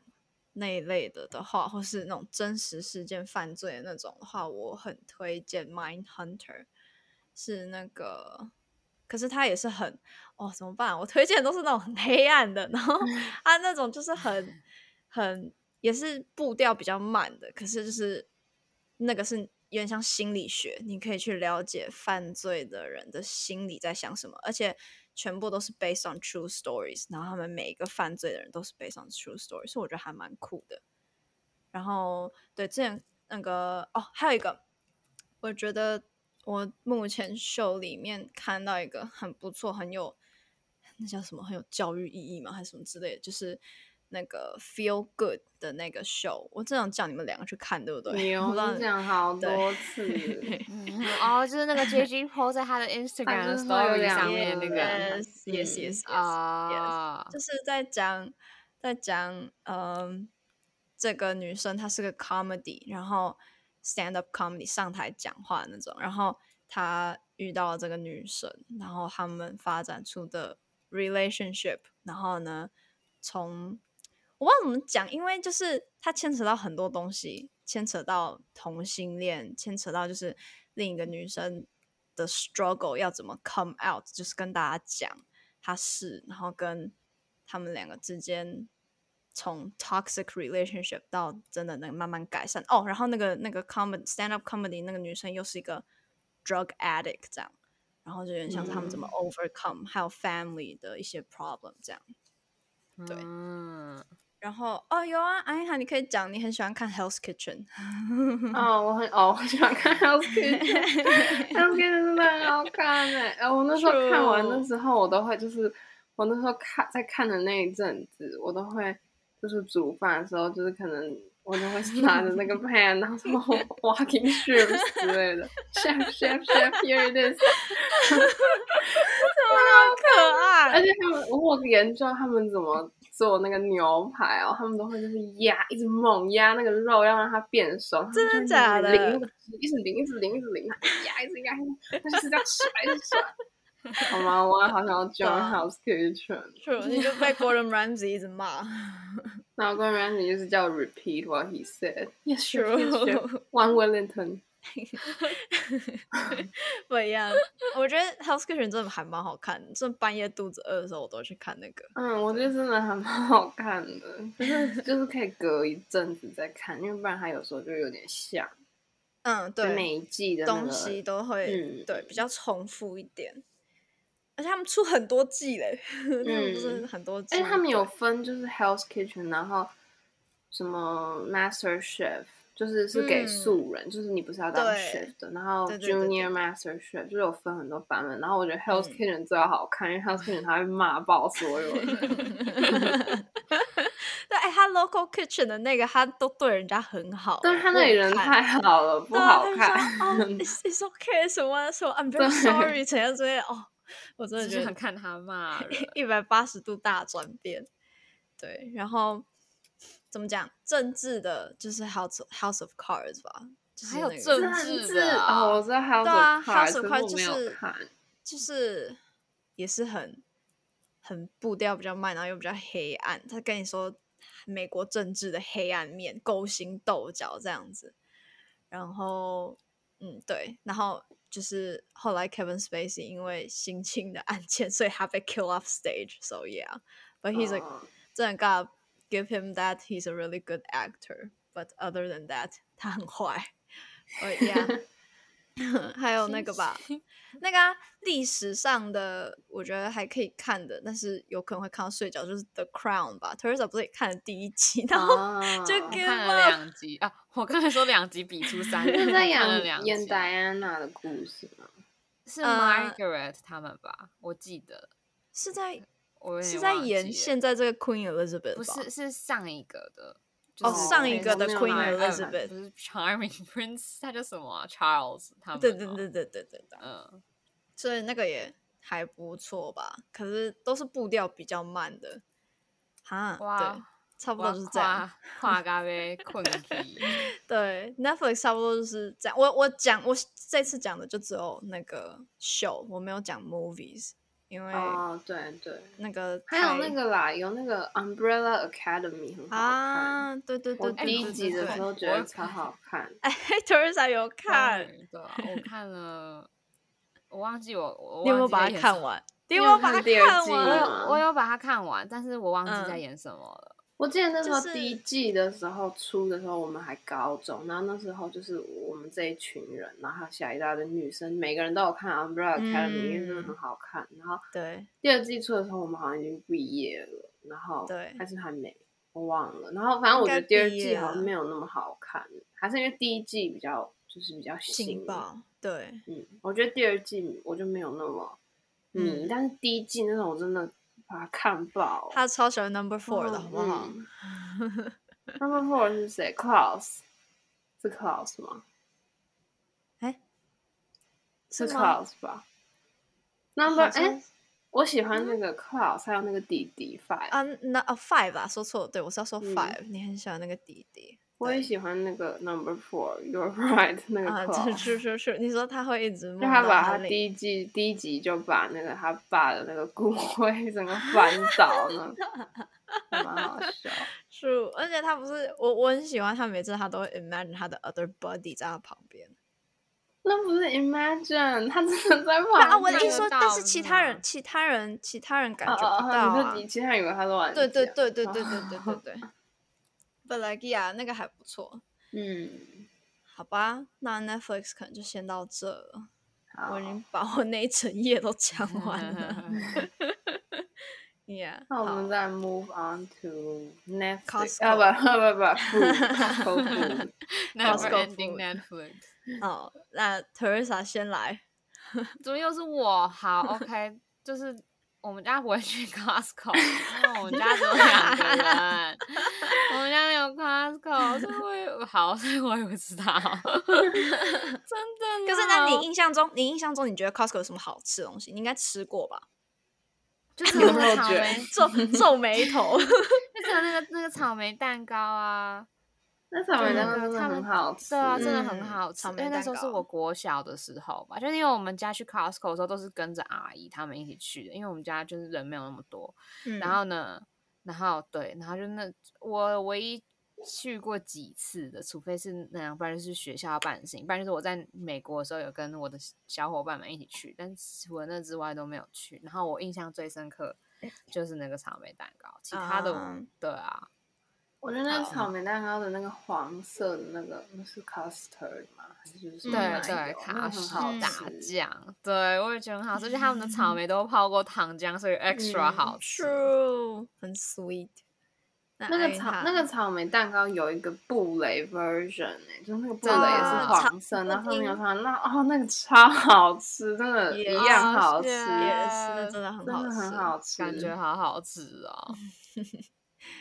Speaker 3: 那一类的的话，或是那种真实事件犯罪的那种的话，我很推荐《Mind Hunter》，是那个。可是它也是很哦，怎么办、我推荐的都是那种 很黑暗的，然后
Speaker 2: 嗯
Speaker 3: 啊那种就是很 很也是步调比较慢的，可是就是那个是有点像心理学，你可以去了解犯罪的人的心理在想什么，而且全部都是 based on true stories，然后他们每一个犯罪的人都是 based on true stories，所以我觉得还蛮酷的。然后对，之前那个哦，还有一个，我觉得我目前秀里面看到一个很不错、很有那叫什么很有教育意义嘛，还是什么之类的，就是那个 Feel Good 的那个秀，我正想叫你们两个去看，对不对？
Speaker 2: 牛
Speaker 1: 哦
Speaker 3: 我不知道
Speaker 2: 是哦
Speaker 3: 你
Speaker 2: 讲好
Speaker 3: 对
Speaker 2: 多次，
Speaker 1: 嗯哦，就是那个 J J PO 在他的 Instagram
Speaker 2: 就
Speaker 1: 的
Speaker 2: 是说有
Speaker 1: story
Speaker 2: 两
Speaker 1: 上面那个
Speaker 3: yes, yes,
Speaker 2: 嗯
Speaker 3: yes, yes, yes.
Speaker 1: 啊，
Speaker 3: 就是在讲在讲，嗯、这个女生她是个 comedy，然后 stand up comedy 上台讲话那种，然后她遇到了这个女生，然后他们发展出的 relationship，然后呢，从我不知道怎么讲，因为就是它牵扯到很多东西，牵扯到同性恋，牵扯到就是另一个女生的 struggle 要怎么 come out，就是跟大家讲，他是，然后跟他们两个之间从 toxic relationship 到真的能慢慢改善哦。然后那个那个 comedy stand up comedy 那个女生又是一个 drug addict 这样，然后就有点像是他们怎么 overcome，、还有 family 的一些 problem 这样。对
Speaker 1: 嗯，
Speaker 3: 然后哦，有啊，安雅，你可以讲你很喜欢看 Hell's Kitchen，
Speaker 2: 哦，我很哦，我喜欢看 Hell's Kitchen，Hell's Kitchen 真的很好看哎、哎我那时候看完的
Speaker 3: True
Speaker 2: 时候，我都会就是我那时候看在看的那一阵子，我都会就是煮饭的时候，就是可能我就会拿着那个 pan，然后什么 walking shrimp 之类的，chef chef chef here it is，
Speaker 3: 可
Speaker 2: 而
Speaker 3: 爱。
Speaker 2: 且他们，我有研究他们怎么做那个牛排哦，他们都会就是压，一直猛压那个肉，要让它变熟。
Speaker 3: 真的
Speaker 2: 他们就
Speaker 3: 假的
Speaker 2: 会一直淋那个汁一直淋，一直淋，一直淋，然后一直压，一直压，一直就是这样甩，一直甩。好吗？我也好想 要 John
Speaker 3: 啊
Speaker 2: House Kitchen。
Speaker 3: True，你就被 Gordon Ramsay 一直骂。
Speaker 2: 然后跟 Randy 就是叫 repeat what he said。Yes, sure, yes, sure.
Speaker 3: True
Speaker 2: One Wellington。
Speaker 3: 不一样。我觉得《House Kitchen》真的还蛮好看，这半夜肚子饿的时候，我都会去看那个。
Speaker 2: 嗯，我觉得真的还蛮好看的，可是就是可以隔一阵子再看，因为不然它有时候就有点像。
Speaker 3: 嗯，对，
Speaker 2: 每一季的、那个、
Speaker 3: 东西都会、
Speaker 2: 嗯
Speaker 3: 对比较重复一点，而且他们出很多季嘞， 那种就是很多季。
Speaker 2: 哎，他们有
Speaker 3: 对
Speaker 2: 分就是 Hell's Kitchen，然后什么 Master Chef，就是是给
Speaker 3: 嗯
Speaker 2: 素人，就是你不是要当
Speaker 3: 对
Speaker 2: chef 的，然后
Speaker 3: 对对对对
Speaker 2: Junior Master Chef 就是有分很多版本。然后我觉得 Hell's
Speaker 3: 嗯
Speaker 2: Kitchen 最好看，因为 Hell's Kitchen 他会骂爆所有 人。
Speaker 3: 对，哎，他 Local Kitchen 的那个，他都对人家很好哎，
Speaker 2: 但是他
Speaker 3: 我
Speaker 2: 那里
Speaker 3: 有
Speaker 2: 人
Speaker 3: 看
Speaker 2: 太好了，不
Speaker 3: 对啊
Speaker 2: 好
Speaker 3: 他就
Speaker 2: 看。
Speaker 3: 说哦，It's It's okay，什么什么，I'm
Speaker 2: 对
Speaker 3: very sorry，怎样怎样，哦，我真的
Speaker 1: 就
Speaker 3: 觉
Speaker 1: 是
Speaker 3: 得
Speaker 1: 很 看他骂人，
Speaker 3: 一百八十度大转变。对，然后怎么讲政治的，就是 House House of Cards 吧，就是、
Speaker 1: 还
Speaker 3: 那
Speaker 1: 有
Speaker 3: 个、
Speaker 1: 政
Speaker 2: 是
Speaker 1: 治
Speaker 2: 很
Speaker 1: 的
Speaker 2: 自
Speaker 1: 啊
Speaker 2: 哦，我知道 House
Speaker 3: 对啊
Speaker 2: of
Speaker 3: ，House of
Speaker 2: Cards，可
Speaker 3: Cards
Speaker 2: 我
Speaker 3: 就
Speaker 2: 没有
Speaker 3: 是
Speaker 2: 看。
Speaker 3: 就是也是很很步调比较慢，然后又比较黑暗。他跟你说美国政治的黑暗面，勾心斗角这样子。然后，嗯，对，然后就是后来 Kevin Spacey 因为性侵的案件，所以他被 kill off stage。So yeah, but he's a、
Speaker 2: 哦
Speaker 3: 真的 gotta give him that he's a really good actor. But other than that，他很坏。Oh yeah，还 有那个吧，那个啊历、史上的我觉得还可以看的，但是有可能会看到睡着，就是《The Crown》吧。Teresa 不是也看了第一 集，然后、就
Speaker 2: 哦
Speaker 1: 我
Speaker 3: 给
Speaker 1: 看
Speaker 3: 我
Speaker 1: 了两集啊！我刚才说两集比出三，
Speaker 2: 就是 在
Speaker 1: 我看了两
Speaker 2: 演
Speaker 1: 集
Speaker 2: 演戴安娜的故事嘛，
Speaker 1: 是
Speaker 3: 呃
Speaker 1: Margaret 他们吧？我记得
Speaker 3: 是在
Speaker 1: 我有点
Speaker 3: 是在
Speaker 1: 忘
Speaker 3: 演
Speaker 1: 记
Speaker 3: 现
Speaker 1: 了
Speaker 3: 在这个 Queen Elizabeth
Speaker 1: 不
Speaker 3: 吧？
Speaker 1: 是是上一个的。就
Speaker 3: 哦
Speaker 1: 是
Speaker 2: 上一
Speaker 1: 那
Speaker 2: 个的
Speaker 1: Charming-
Speaker 2: Queen
Speaker 3: Elizabeth
Speaker 1: 不是 Charming Prince，他叫什么啊、Charles 他们、哦。
Speaker 3: 对对对对对对对。
Speaker 1: 嗯，
Speaker 3: 所以那个也还不错吧。可是都是步调比较慢的，哈，对
Speaker 1: 哇，哦
Speaker 3: 差不
Speaker 1: 我
Speaker 3: 多
Speaker 1: 要
Speaker 3: 就是这样。
Speaker 1: 跨跨咖啡 困体。
Speaker 3: 对，Netflix 差不多就是这样。我我讲我这次讲的就只有那个 show，我没有讲 movies，因为
Speaker 2: 哦，对对，
Speaker 3: 那个
Speaker 2: 还有
Speaker 3: 太
Speaker 2: 那个啦，有那个 Umbrella Academy 很好看，
Speaker 3: 啊，对对
Speaker 2: 我
Speaker 3: 对，对
Speaker 2: 第一
Speaker 3: 对
Speaker 2: 集
Speaker 3: 对
Speaker 2: 的
Speaker 3: 对
Speaker 2: 时候觉
Speaker 1: 我
Speaker 2: 得
Speaker 1: 有
Speaker 2: 超 好看，
Speaker 3: 哎 ，Teresa 有看，
Speaker 1: 对啊，我看了，我忘记我我
Speaker 3: 你有没
Speaker 1: 忘
Speaker 3: 有
Speaker 1: 记
Speaker 3: 把
Speaker 1: 在
Speaker 3: 它
Speaker 1: 演
Speaker 3: 看
Speaker 1: 什么
Speaker 3: 完？
Speaker 2: 你
Speaker 3: 有没
Speaker 2: 有
Speaker 3: 有把
Speaker 2: 看
Speaker 3: 它
Speaker 2: 第二
Speaker 3: 看
Speaker 2: 季
Speaker 1: 我
Speaker 3: 完？
Speaker 2: 吗
Speaker 1: 有我有把它看完，但是我忘记在
Speaker 3: 嗯
Speaker 1: 演什么了。
Speaker 2: 我记得那时候
Speaker 3: 就是
Speaker 2: 第一季的时候出的时候，我们还高中，然后那时候就是我们这一群人，然后还有下一代的女生，每个人都有看 Umbrella Academy，、因为真的
Speaker 3: 嗯
Speaker 2: 很好看。然后
Speaker 3: 对，
Speaker 2: 第二季出的时候，我们好像已经毕业了，然后
Speaker 3: 对
Speaker 2: 还是还没，我忘了。然后反正我觉得
Speaker 3: 应该
Speaker 2: 第二
Speaker 3: 毕业
Speaker 2: 季好
Speaker 3: 了
Speaker 2: 像没有那么好看，还是因为第一季比较就是比较新
Speaker 3: 劲。爆，对，
Speaker 2: 嗯，我觉得第二季我就没有那么迷，
Speaker 3: 嗯
Speaker 2: 但是第一季那种我真的把它看爆。
Speaker 3: 他超喜欢 Number Four 的，
Speaker 2: 嗯
Speaker 3: 好不好？
Speaker 2: 嗯 Number four 是谁？Klaus 是 Klaus 吗？是
Speaker 3: 吗
Speaker 2: Klaus 吧？Number
Speaker 3: 好像嗯
Speaker 2: 哎，我喜欢那个 Klaus，还有那个弟弟 Five，
Speaker 3: 啊，那啊 five 啊，说错了，对我是要说
Speaker 2: 嗯
Speaker 3: five，、你很喜欢那个弟弟
Speaker 2: 我也喜欢那个 Number Four。You're right，那个
Speaker 3: 啊，这
Speaker 2: Klaus，
Speaker 3: 是是是，你说他会一直梦
Speaker 2: 就他
Speaker 3: 到
Speaker 2: 把
Speaker 3: 他
Speaker 2: 他
Speaker 3: 另
Speaker 2: 第一季第一集就把那个他爸的那个骨灰 整个翻倒呢，蛮好笑。
Speaker 3: 是，而且他不是我我很喜欢他，每次他都会 imagine 他的 other body 在他旁边。
Speaker 2: 那不是 Imagine，他真的在旁
Speaker 3: 那
Speaker 2: 边。
Speaker 3: 啊，我的
Speaker 1: 看
Speaker 3: 意
Speaker 1: 得
Speaker 3: 思说，但
Speaker 1: 到
Speaker 3: 是
Speaker 1: 是
Speaker 3: 其他
Speaker 1: 吗
Speaker 3: 人、其他人、其他人感
Speaker 2: 哦
Speaker 3: 觉
Speaker 2: 哦
Speaker 3: 不到
Speaker 2: 哦，
Speaker 3: 啊
Speaker 2: 你。说啊其他人以为他都玩
Speaker 3: 对对
Speaker 2: 家
Speaker 3: 对对对对对
Speaker 2: 哦
Speaker 3: 对对。本来 yeah，那个还不错，
Speaker 2: 嗯，
Speaker 3: 好吧，那 Netflix 可能就先到这了。
Speaker 2: 好
Speaker 3: 我已经把我那一整页都讲 完了，yeah
Speaker 2: 那
Speaker 3: 好。
Speaker 2: 我们再 move on to Netflix
Speaker 3: Costco
Speaker 2: 啊不不不不 food, Costco food
Speaker 1: Never
Speaker 3: Costco
Speaker 1: ending
Speaker 3: food
Speaker 1: Netflix，
Speaker 3: 哦，那 Teresa 先来。
Speaker 1: 怎么又是我？ 好，OK，就是我们家不会去 Costco，因为我们家只有两个人，我们家没有 Costco，所以我也好，所以我也不知道， 真的
Speaker 3: 可
Speaker 1: 啦。
Speaker 3: 是，那你印象中，你印象中你觉得 Costco 有什么好吃的东西？你应该吃 过吧？
Speaker 1: 就是
Speaker 2: 有
Speaker 1: 那
Speaker 2: 没有
Speaker 1: 个草
Speaker 2: 觉得
Speaker 1: 莓，
Speaker 3: 皱皱眉 头。
Speaker 1: 就是有那个那个草莓蛋糕啊，
Speaker 2: 那草莓蛋糕真的
Speaker 1: 他们
Speaker 2: 很好吃，
Speaker 1: 对啊，真的
Speaker 3: 嗯
Speaker 1: 很好吃。
Speaker 3: 草
Speaker 1: 因
Speaker 3: 莓
Speaker 1: 为那
Speaker 3: 蛋
Speaker 1: 时候是
Speaker 3: 糕
Speaker 1: 我国小的时候吧，就是因为我们家去 Costco 的时候都是跟着阿姨他们一起去的，因为我们家就是人没有那么多。
Speaker 2: 嗯
Speaker 3: 嗯
Speaker 1: 然后呢，然后对，然后就那我唯一去过几次的，除非是那样，不然就是学校要办的事情，不然就是我在美国的时候有跟我的小伙伴们一起去，但除了那之外都没有去。然后我印象最深刻就是那个草莓蛋糕，其他的我、
Speaker 3: 啊
Speaker 2: 嗯
Speaker 1: 对啊。
Speaker 2: 我觉得那个草莓蛋糕的那个黄色的那个，那是 custard 吗？还是就是什么奶
Speaker 1: 对对，
Speaker 2: 油那个
Speaker 1: 卡
Speaker 2: 很
Speaker 1: 士
Speaker 2: 好
Speaker 1: 炸
Speaker 2: 吃。
Speaker 1: 酱，对我也觉得很好吃，而且他们的草莓都泡过糖浆，所以 extra
Speaker 2: 嗯
Speaker 1: 好吃。
Speaker 3: True，很 sweet。
Speaker 2: 那个
Speaker 3: 艾
Speaker 2: 草
Speaker 3: 哈
Speaker 2: 那个草莓蛋糕有一个布雷 version 哎、就是那个布
Speaker 1: 真
Speaker 2: 雷
Speaker 1: 的
Speaker 2: 也是黄色，
Speaker 3: 啊草
Speaker 2: 然后上面有
Speaker 3: 布
Speaker 2: 糖，那哦那个超好吃，真的，一
Speaker 3: Yes
Speaker 2: 样好吃，
Speaker 3: 也
Speaker 1: Yes
Speaker 3: 是，那真的很
Speaker 2: 真的
Speaker 3: 好吃。
Speaker 2: 很好吃，
Speaker 1: 感觉好好吃哦！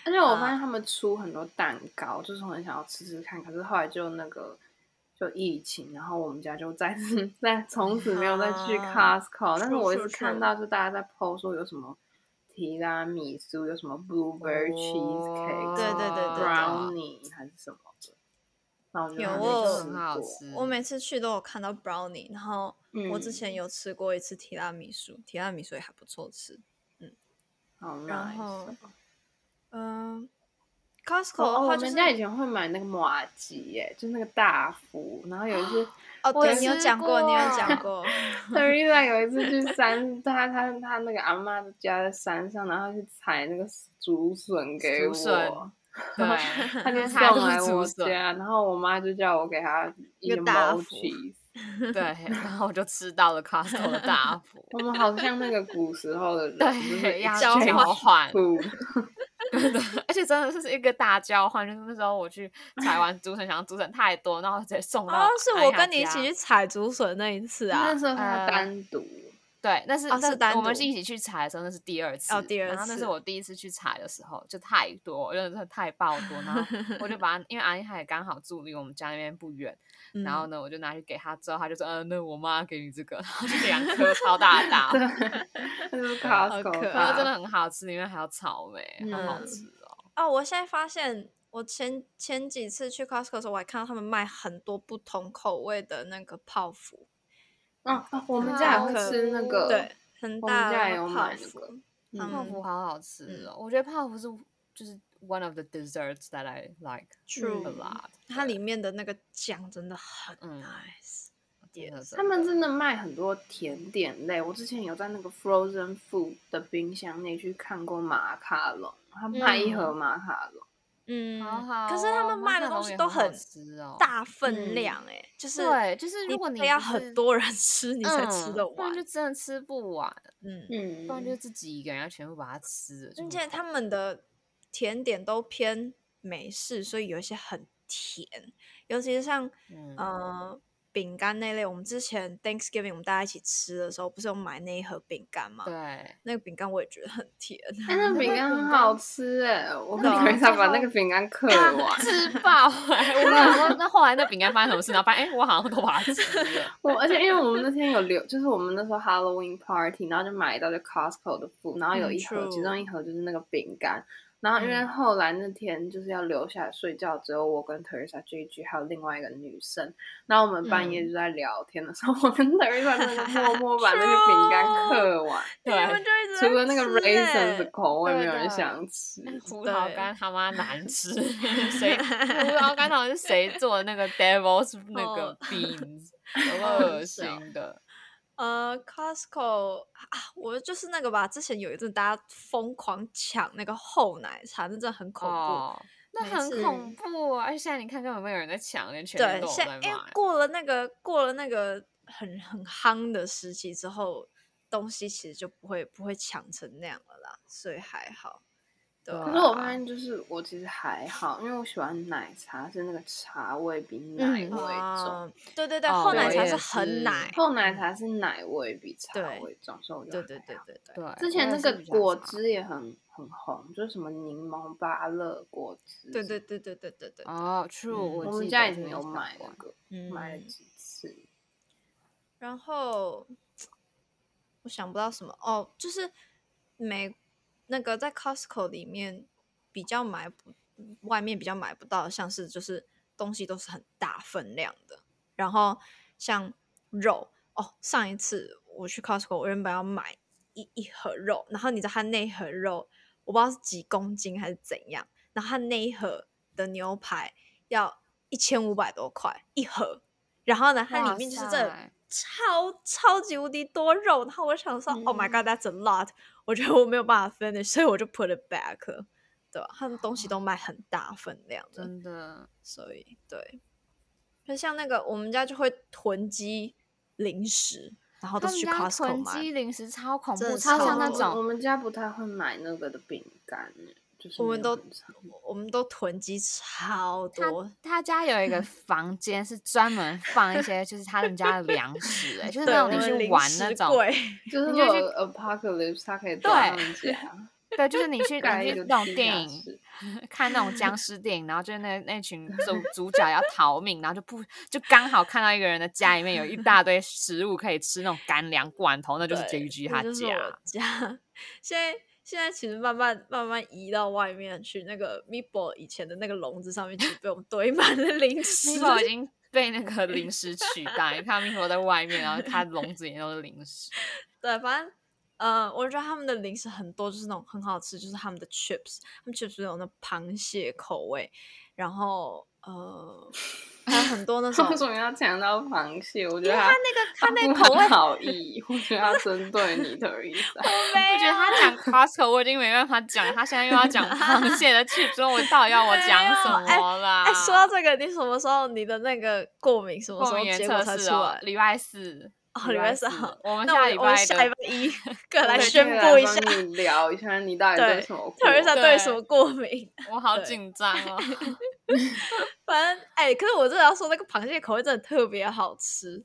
Speaker 2: 而且我发
Speaker 3: 啊
Speaker 2: 现他们出很多蛋糕，就是我很想要吃吃看，可是后来就那个就疫情，然后我们家就再次再从此没有再去
Speaker 3: 啊
Speaker 2: Costco，、但是
Speaker 3: 是
Speaker 2: 我一
Speaker 3: 是
Speaker 2: 直
Speaker 3: 是
Speaker 2: 看到就大家在 PO 说有什么提拉米苏，有什么 blueberry cheesecake，、
Speaker 1: 哦
Speaker 3: 对对对对对
Speaker 2: brownie 还是什么的。那我就
Speaker 3: 有
Speaker 2: 还没
Speaker 3: 我有
Speaker 1: 嗯
Speaker 2: 吃
Speaker 1: 很好
Speaker 2: 过
Speaker 1: 吃
Speaker 3: 我每次去都有看到 brownie，然后我之
Speaker 2: 嗯
Speaker 3: 前有吃过一次提拉米苏，提拉米苏也还不错吃。
Speaker 2: 好 nice
Speaker 3: 然后
Speaker 2: 哦
Speaker 3: 嗯
Speaker 2: 哦
Speaker 3: ，Costco 的
Speaker 2: 哦
Speaker 3: 话
Speaker 2: 我
Speaker 3: 就
Speaker 2: 们
Speaker 3: 是
Speaker 2: 家以前会买那个马吉耶，就是那个大福。然后有一次
Speaker 3: 哦，
Speaker 1: 我
Speaker 3: 对你有
Speaker 1: 吃
Speaker 3: 讲过，你有
Speaker 1: 过
Speaker 3: 讲过，
Speaker 2: ，Teresa 有一次去山，她她她那个阿妈家在山上，然后去采那个竹笋给
Speaker 1: 竹笋
Speaker 2: 我，
Speaker 1: 对，
Speaker 2: 她就送
Speaker 1: 他都
Speaker 2: 来
Speaker 1: 是竹
Speaker 2: 我
Speaker 1: 笋，
Speaker 2: 家，然后我妈就叫我给她
Speaker 3: 一
Speaker 2: 个
Speaker 3: 个大
Speaker 2: m o
Speaker 3: 福
Speaker 2: cheese。，
Speaker 1: 对，然后我就吃到了 Costco 的大福
Speaker 2: 我们好像那个古时候的人，就是
Speaker 1: 对，
Speaker 2: 一
Speaker 1: 要
Speaker 3: 交
Speaker 2: 群
Speaker 3: 换
Speaker 1: 换，
Speaker 2: 兔
Speaker 1: 而且真的是一个大交换，就是那时候我去采完竹笋，想要竹笋太多，然后直接送到
Speaker 3: 哦，是
Speaker 1: 安
Speaker 3: 我
Speaker 1: 雅
Speaker 3: 跟你一
Speaker 1: 家
Speaker 3: 起去采竹笋那一次啊
Speaker 2: 那，时候他
Speaker 1: 呃
Speaker 2: 单独，
Speaker 1: 对，那是、
Speaker 3: 哦
Speaker 1: 那
Speaker 3: 是单
Speaker 1: 我们
Speaker 3: 独哦
Speaker 1: 是一起去采的时候，那是第二次，
Speaker 3: 第二
Speaker 1: 然后那
Speaker 3: 次
Speaker 1: 是我第一次去采的时候，就太多，真的是太爆多， 然后我就把它，因为阿姨她也刚好住离我们家那边不远，然后
Speaker 3: 嗯
Speaker 1: 呢，我就拿去给她之后，她就说，嗯、那我妈给你这个，然后就两颗超大 大，
Speaker 2: 对， 那就是 Costco，
Speaker 3: 可
Speaker 1: 然后
Speaker 2: 吧
Speaker 1: 真的很好吃，里面还有草莓，好好
Speaker 2: 嗯
Speaker 1: 吃哦，
Speaker 3: 哦，我现在发现，我前前几次去 Costco 的时候，我还看到他们卖很多不同口味的那个泡芙，
Speaker 2: 嗯，哦我们家也会
Speaker 3: 可
Speaker 2: 吃那个，嗯
Speaker 3: 对，，很
Speaker 2: 我们
Speaker 3: 大
Speaker 2: 家也
Speaker 3: 的
Speaker 2: 有
Speaker 3: 泡
Speaker 2: 买那个
Speaker 3: 芙。
Speaker 1: 泡
Speaker 3: 嗯
Speaker 1: 芙好好吃哦，我觉得泡芙是就是 one of the desserts that I like a
Speaker 3: True，、
Speaker 1: lot，
Speaker 3: 它里面的那个酱真的很
Speaker 1: 嗯
Speaker 3: nice。
Speaker 1: 真的真
Speaker 2: 他们
Speaker 1: 的
Speaker 2: 真的卖很多甜点类，我之前有在那个 Frozen Food 的冰箱内去看过马卡龙，他卖一盒马卡龙，
Speaker 3: 嗯，
Speaker 1: 好好
Speaker 3: 可是他
Speaker 1: 哦
Speaker 3: 们
Speaker 1: 马
Speaker 3: 卖的
Speaker 1: 卡
Speaker 3: 东
Speaker 1: 龙
Speaker 3: 西
Speaker 1: 也
Speaker 3: 都
Speaker 1: 很好
Speaker 3: 很
Speaker 1: 吃哦
Speaker 3: 大
Speaker 2: 嗯
Speaker 3: 分量、欸，就是
Speaker 1: 对，就是如果
Speaker 3: 你
Speaker 1: 你
Speaker 3: 真的要
Speaker 1: 就
Speaker 3: 很
Speaker 1: 是
Speaker 3: 多人吃，你才吃
Speaker 1: 嗯
Speaker 3: 得
Speaker 1: 不然
Speaker 3: 完。
Speaker 1: 就真的吃不完，
Speaker 3: 嗯，
Speaker 2: 嗯
Speaker 1: 不然就自己一个人要全部把它吃了。就
Speaker 3: 而
Speaker 1: 很
Speaker 3: 且他
Speaker 1: 恐
Speaker 3: 们的甜点都偏美式，所以有一些很甜，尤其是像
Speaker 1: 嗯
Speaker 3: 呃饼干那类。我们之前 Thanksgiving 我们大家一起吃的时候，不是有买那一盒饼干吗？
Speaker 1: 对，，
Speaker 3: 那个饼干我也觉得很甜。
Speaker 2: 哎，那饼干很好吃哎，我跟
Speaker 3: 对啊
Speaker 2: Teresa 把
Speaker 3: 最后
Speaker 2: 那个饼干嗑完
Speaker 1: 吃爆哎、 我想说，那后来那饼干发生什么事？然后发现哎、我好像都把它吃 了。
Speaker 2: 我而且因为我们那天有留，就是我们那时候 Halloween party，然后就买到就 Costco 的 food，然后有
Speaker 3: 嗯
Speaker 2: 一盒，其
Speaker 3: ，true
Speaker 2: 中一盒就是那个饼干。然后因为
Speaker 3: 嗯
Speaker 2: 后来那天就是要留下来睡觉，只有我跟 Teresa 聚一聚，还有另外一个女生。然后我们半夜就在聊天的时候， 我跟 Teresa 真的默默把那个饼干嗑完，
Speaker 3: 你
Speaker 1: 对，
Speaker 3: 们就一直
Speaker 2: 除
Speaker 3: 在
Speaker 2: 了那个
Speaker 3: 吃
Speaker 2: raisins
Speaker 3: 欸
Speaker 2: 的口味，
Speaker 1: 对
Speaker 2: 没有人
Speaker 1: 的哎
Speaker 2: 想吃。
Speaker 1: 葡萄
Speaker 3: 对
Speaker 1: 干他妈 难吃，谁葡萄干到底是谁做的那个 devil's 那个
Speaker 3: 哦
Speaker 1: beans，有
Speaker 3: 好
Speaker 1: 个恶
Speaker 3: 笑
Speaker 1: 心的。
Speaker 3: 呃，Costco 啊，我就是那个吧。之前有一阵大家疯狂抢那个厚奶茶，那真的很恐怖。
Speaker 1: 哦，那
Speaker 3: 每
Speaker 1: 很
Speaker 3: 次
Speaker 1: 恐怖啊！而且现在你看，根本没有人在抢，连全
Speaker 3: 对
Speaker 1: 民都，有
Speaker 3: 现
Speaker 1: 在
Speaker 3: 因为
Speaker 1: 买。
Speaker 3: 过了那个过了那个很很夯的时期之后，东西其实就不会不会抢成那样了啦，所以还好。对
Speaker 1: 对
Speaker 2: 可
Speaker 3: 啊，
Speaker 2: 是我
Speaker 1: 啊
Speaker 2: 发现，就是我其实还好，因为我喜欢奶茶，是那个茶味比奶味
Speaker 1: 嗯
Speaker 2: 重。
Speaker 3: 啊对对对，
Speaker 1: 哦
Speaker 3: 厚
Speaker 2: 我
Speaker 3: 奶茶
Speaker 2: 也
Speaker 3: 是很
Speaker 1: 是
Speaker 3: 奶，嗯
Speaker 2: 后奶茶是奶味比茶
Speaker 3: 对
Speaker 2: 味重，所以我就
Speaker 3: 对
Speaker 2: 还
Speaker 3: 对对
Speaker 2: 好
Speaker 3: 对对。
Speaker 1: 对，
Speaker 2: 之前
Speaker 1: 我
Speaker 2: 那
Speaker 1: 也
Speaker 2: 个
Speaker 1: 是比较
Speaker 2: 果
Speaker 1: 常
Speaker 2: 汁也很很红，就是什么柠檬芭乐果汁。
Speaker 3: 对对，对对对对对，
Speaker 1: 哦，True，
Speaker 3: 嗯
Speaker 1: 我
Speaker 2: 我们
Speaker 1: 记
Speaker 2: 家
Speaker 1: 得
Speaker 2: 以
Speaker 1: 这
Speaker 2: 前
Speaker 1: 个
Speaker 2: 有
Speaker 1: 小
Speaker 2: 买那
Speaker 1: 罐
Speaker 2: 个，哦买了
Speaker 3: 嗯，
Speaker 2: 几次。
Speaker 3: 然后我想不到什么哦，就是美那个在 Costco 里面比较买不，外面比较买不到的，像是就是东西都是很大分量的，然后像肉哦，上一次我去 Costco，我原本要买一一盒肉，然后你知道它那一盒肉我不知道是几公斤还是怎样，然后它那一盒的牛排要一千五百多块一盒。然后呢，它
Speaker 1: 哇
Speaker 3: 里面就是这
Speaker 1: 塞
Speaker 3: 超超级无敌多肉，然后我想说、o h my
Speaker 2: 嗯
Speaker 3: God，that's a lot，我 觉得我没有办法 finish，所以我就 put it back，了 对吧？他们东西都卖很大分量的，
Speaker 1: 真的
Speaker 3: 所以对，就像那个我们家就会囤积零食，然后
Speaker 1: 他
Speaker 3: 都
Speaker 1: 们
Speaker 3: 去
Speaker 1: 家
Speaker 3: Costco
Speaker 1: 囤
Speaker 3: 买
Speaker 1: 积。零食超恐
Speaker 3: 真
Speaker 1: 怖，
Speaker 3: 的
Speaker 1: 超
Speaker 3: 超
Speaker 1: 像那
Speaker 3: 多
Speaker 2: 我
Speaker 1: 种
Speaker 2: 们家不太会买那个的饼干耶，就是
Speaker 3: 我们
Speaker 2: 没有
Speaker 3: 都
Speaker 2: 很常
Speaker 3: 我们都囤积超
Speaker 1: 他
Speaker 3: 多，
Speaker 1: 他家有一 个房间是专门放一些就是他们家的粮食、 哎，就是
Speaker 3: 对，
Speaker 1: 那种
Speaker 3: 我
Speaker 1: 你
Speaker 3: 们
Speaker 1: 去
Speaker 3: 零
Speaker 1: 玩那
Speaker 3: 食
Speaker 1: 种，
Speaker 3: 柜
Speaker 2: 就是
Speaker 1: 你
Speaker 2: 如
Speaker 1: 就
Speaker 2: 果
Speaker 1: 去
Speaker 2: 有 apocalypse，它可以
Speaker 1: 对
Speaker 2: 到他们家
Speaker 1: 对，就是你 去
Speaker 2: 盖
Speaker 1: 你
Speaker 2: 一
Speaker 1: 去
Speaker 2: 个
Speaker 1: 那
Speaker 2: 地
Speaker 1: 种
Speaker 2: 下
Speaker 1: 电影
Speaker 2: 室。
Speaker 1: 看那种僵尸电影，然后就是那那 群主主角要逃命，然后就不就刚好看到一个人的家里面有一大堆食物可以吃，那种干粮罐头，那就是
Speaker 3: 对
Speaker 1: JG
Speaker 3: 那
Speaker 1: 他
Speaker 3: 就是我
Speaker 1: 家。
Speaker 3: 家。现在现在其实慢慢慢慢移到外面去，那个 Meatball 以前的那个笼子上面，其实被我们堆 满了零食。
Speaker 1: Miko 已经被那个零食取代，你看 Miko 在外面，然后它笼子里面都是零食。
Speaker 3: 对，反正呃，我觉得他们的零食很多，就是那种很好吃，就是他们的 chips，他们 chips 有那螃蟹口味，然后呃，还有很多那 种
Speaker 2: 为什么要强调螃蟹？我觉得
Speaker 3: 因为它那个它那
Speaker 2: 不
Speaker 3: 口味
Speaker 2: 很好意，我觉得他针对你的意 思啊。
Speaker 1: 我觉得他讲
Speaker 3: 啊
Speaker 1: Costco 我已经没办法讲，他现在又要讲螃蟹 的 chips，我到底要我讲什么啦？
Speaker 3: 哎，说到这个，你什么时候你的那个过敏什么
Speaker 1: 过
Speaker 3: 时候
Speaker 1: 敏原
Speaker 3: 结果才
Speaker 1: 测
Speaker 3: 出
Speaker 1: 试哦
Speaker 3: 来，？
Speaker 1: 礼拜四，
Speaker 3: 哦，礼拜三，
Speaker 1: 我们
Speaker 3: 那
Speaker 1: 下
Speaker 3: 我
Speaker 1: 礼
Speaker 3: 我们
Speaker 1: 拜
Speaker 3: 下
Speaker 1: 的
Speaker 3: 礼 拜一各 来
Speaker 2: 对可
Speaker 3: 宣
Speaker 2: 以
Speaker 3: 布一
Speaker 2: 来
Speaker 3: 下，
Speaker 2: 帮 你聊一下，你到底
Speaker 3: 对
Speaker 2: 对什么过敏？
Speaker 3: 特别是对
Speaker 1: 对
Speaker 3: 什么过敏。
Speaker 1: 我好
Speaker 3: 对
Speaker 1: 紧张 哦。
Speaker 3: 反正哎、可是我真的要说，那个螃蟹口味真的特别好吃。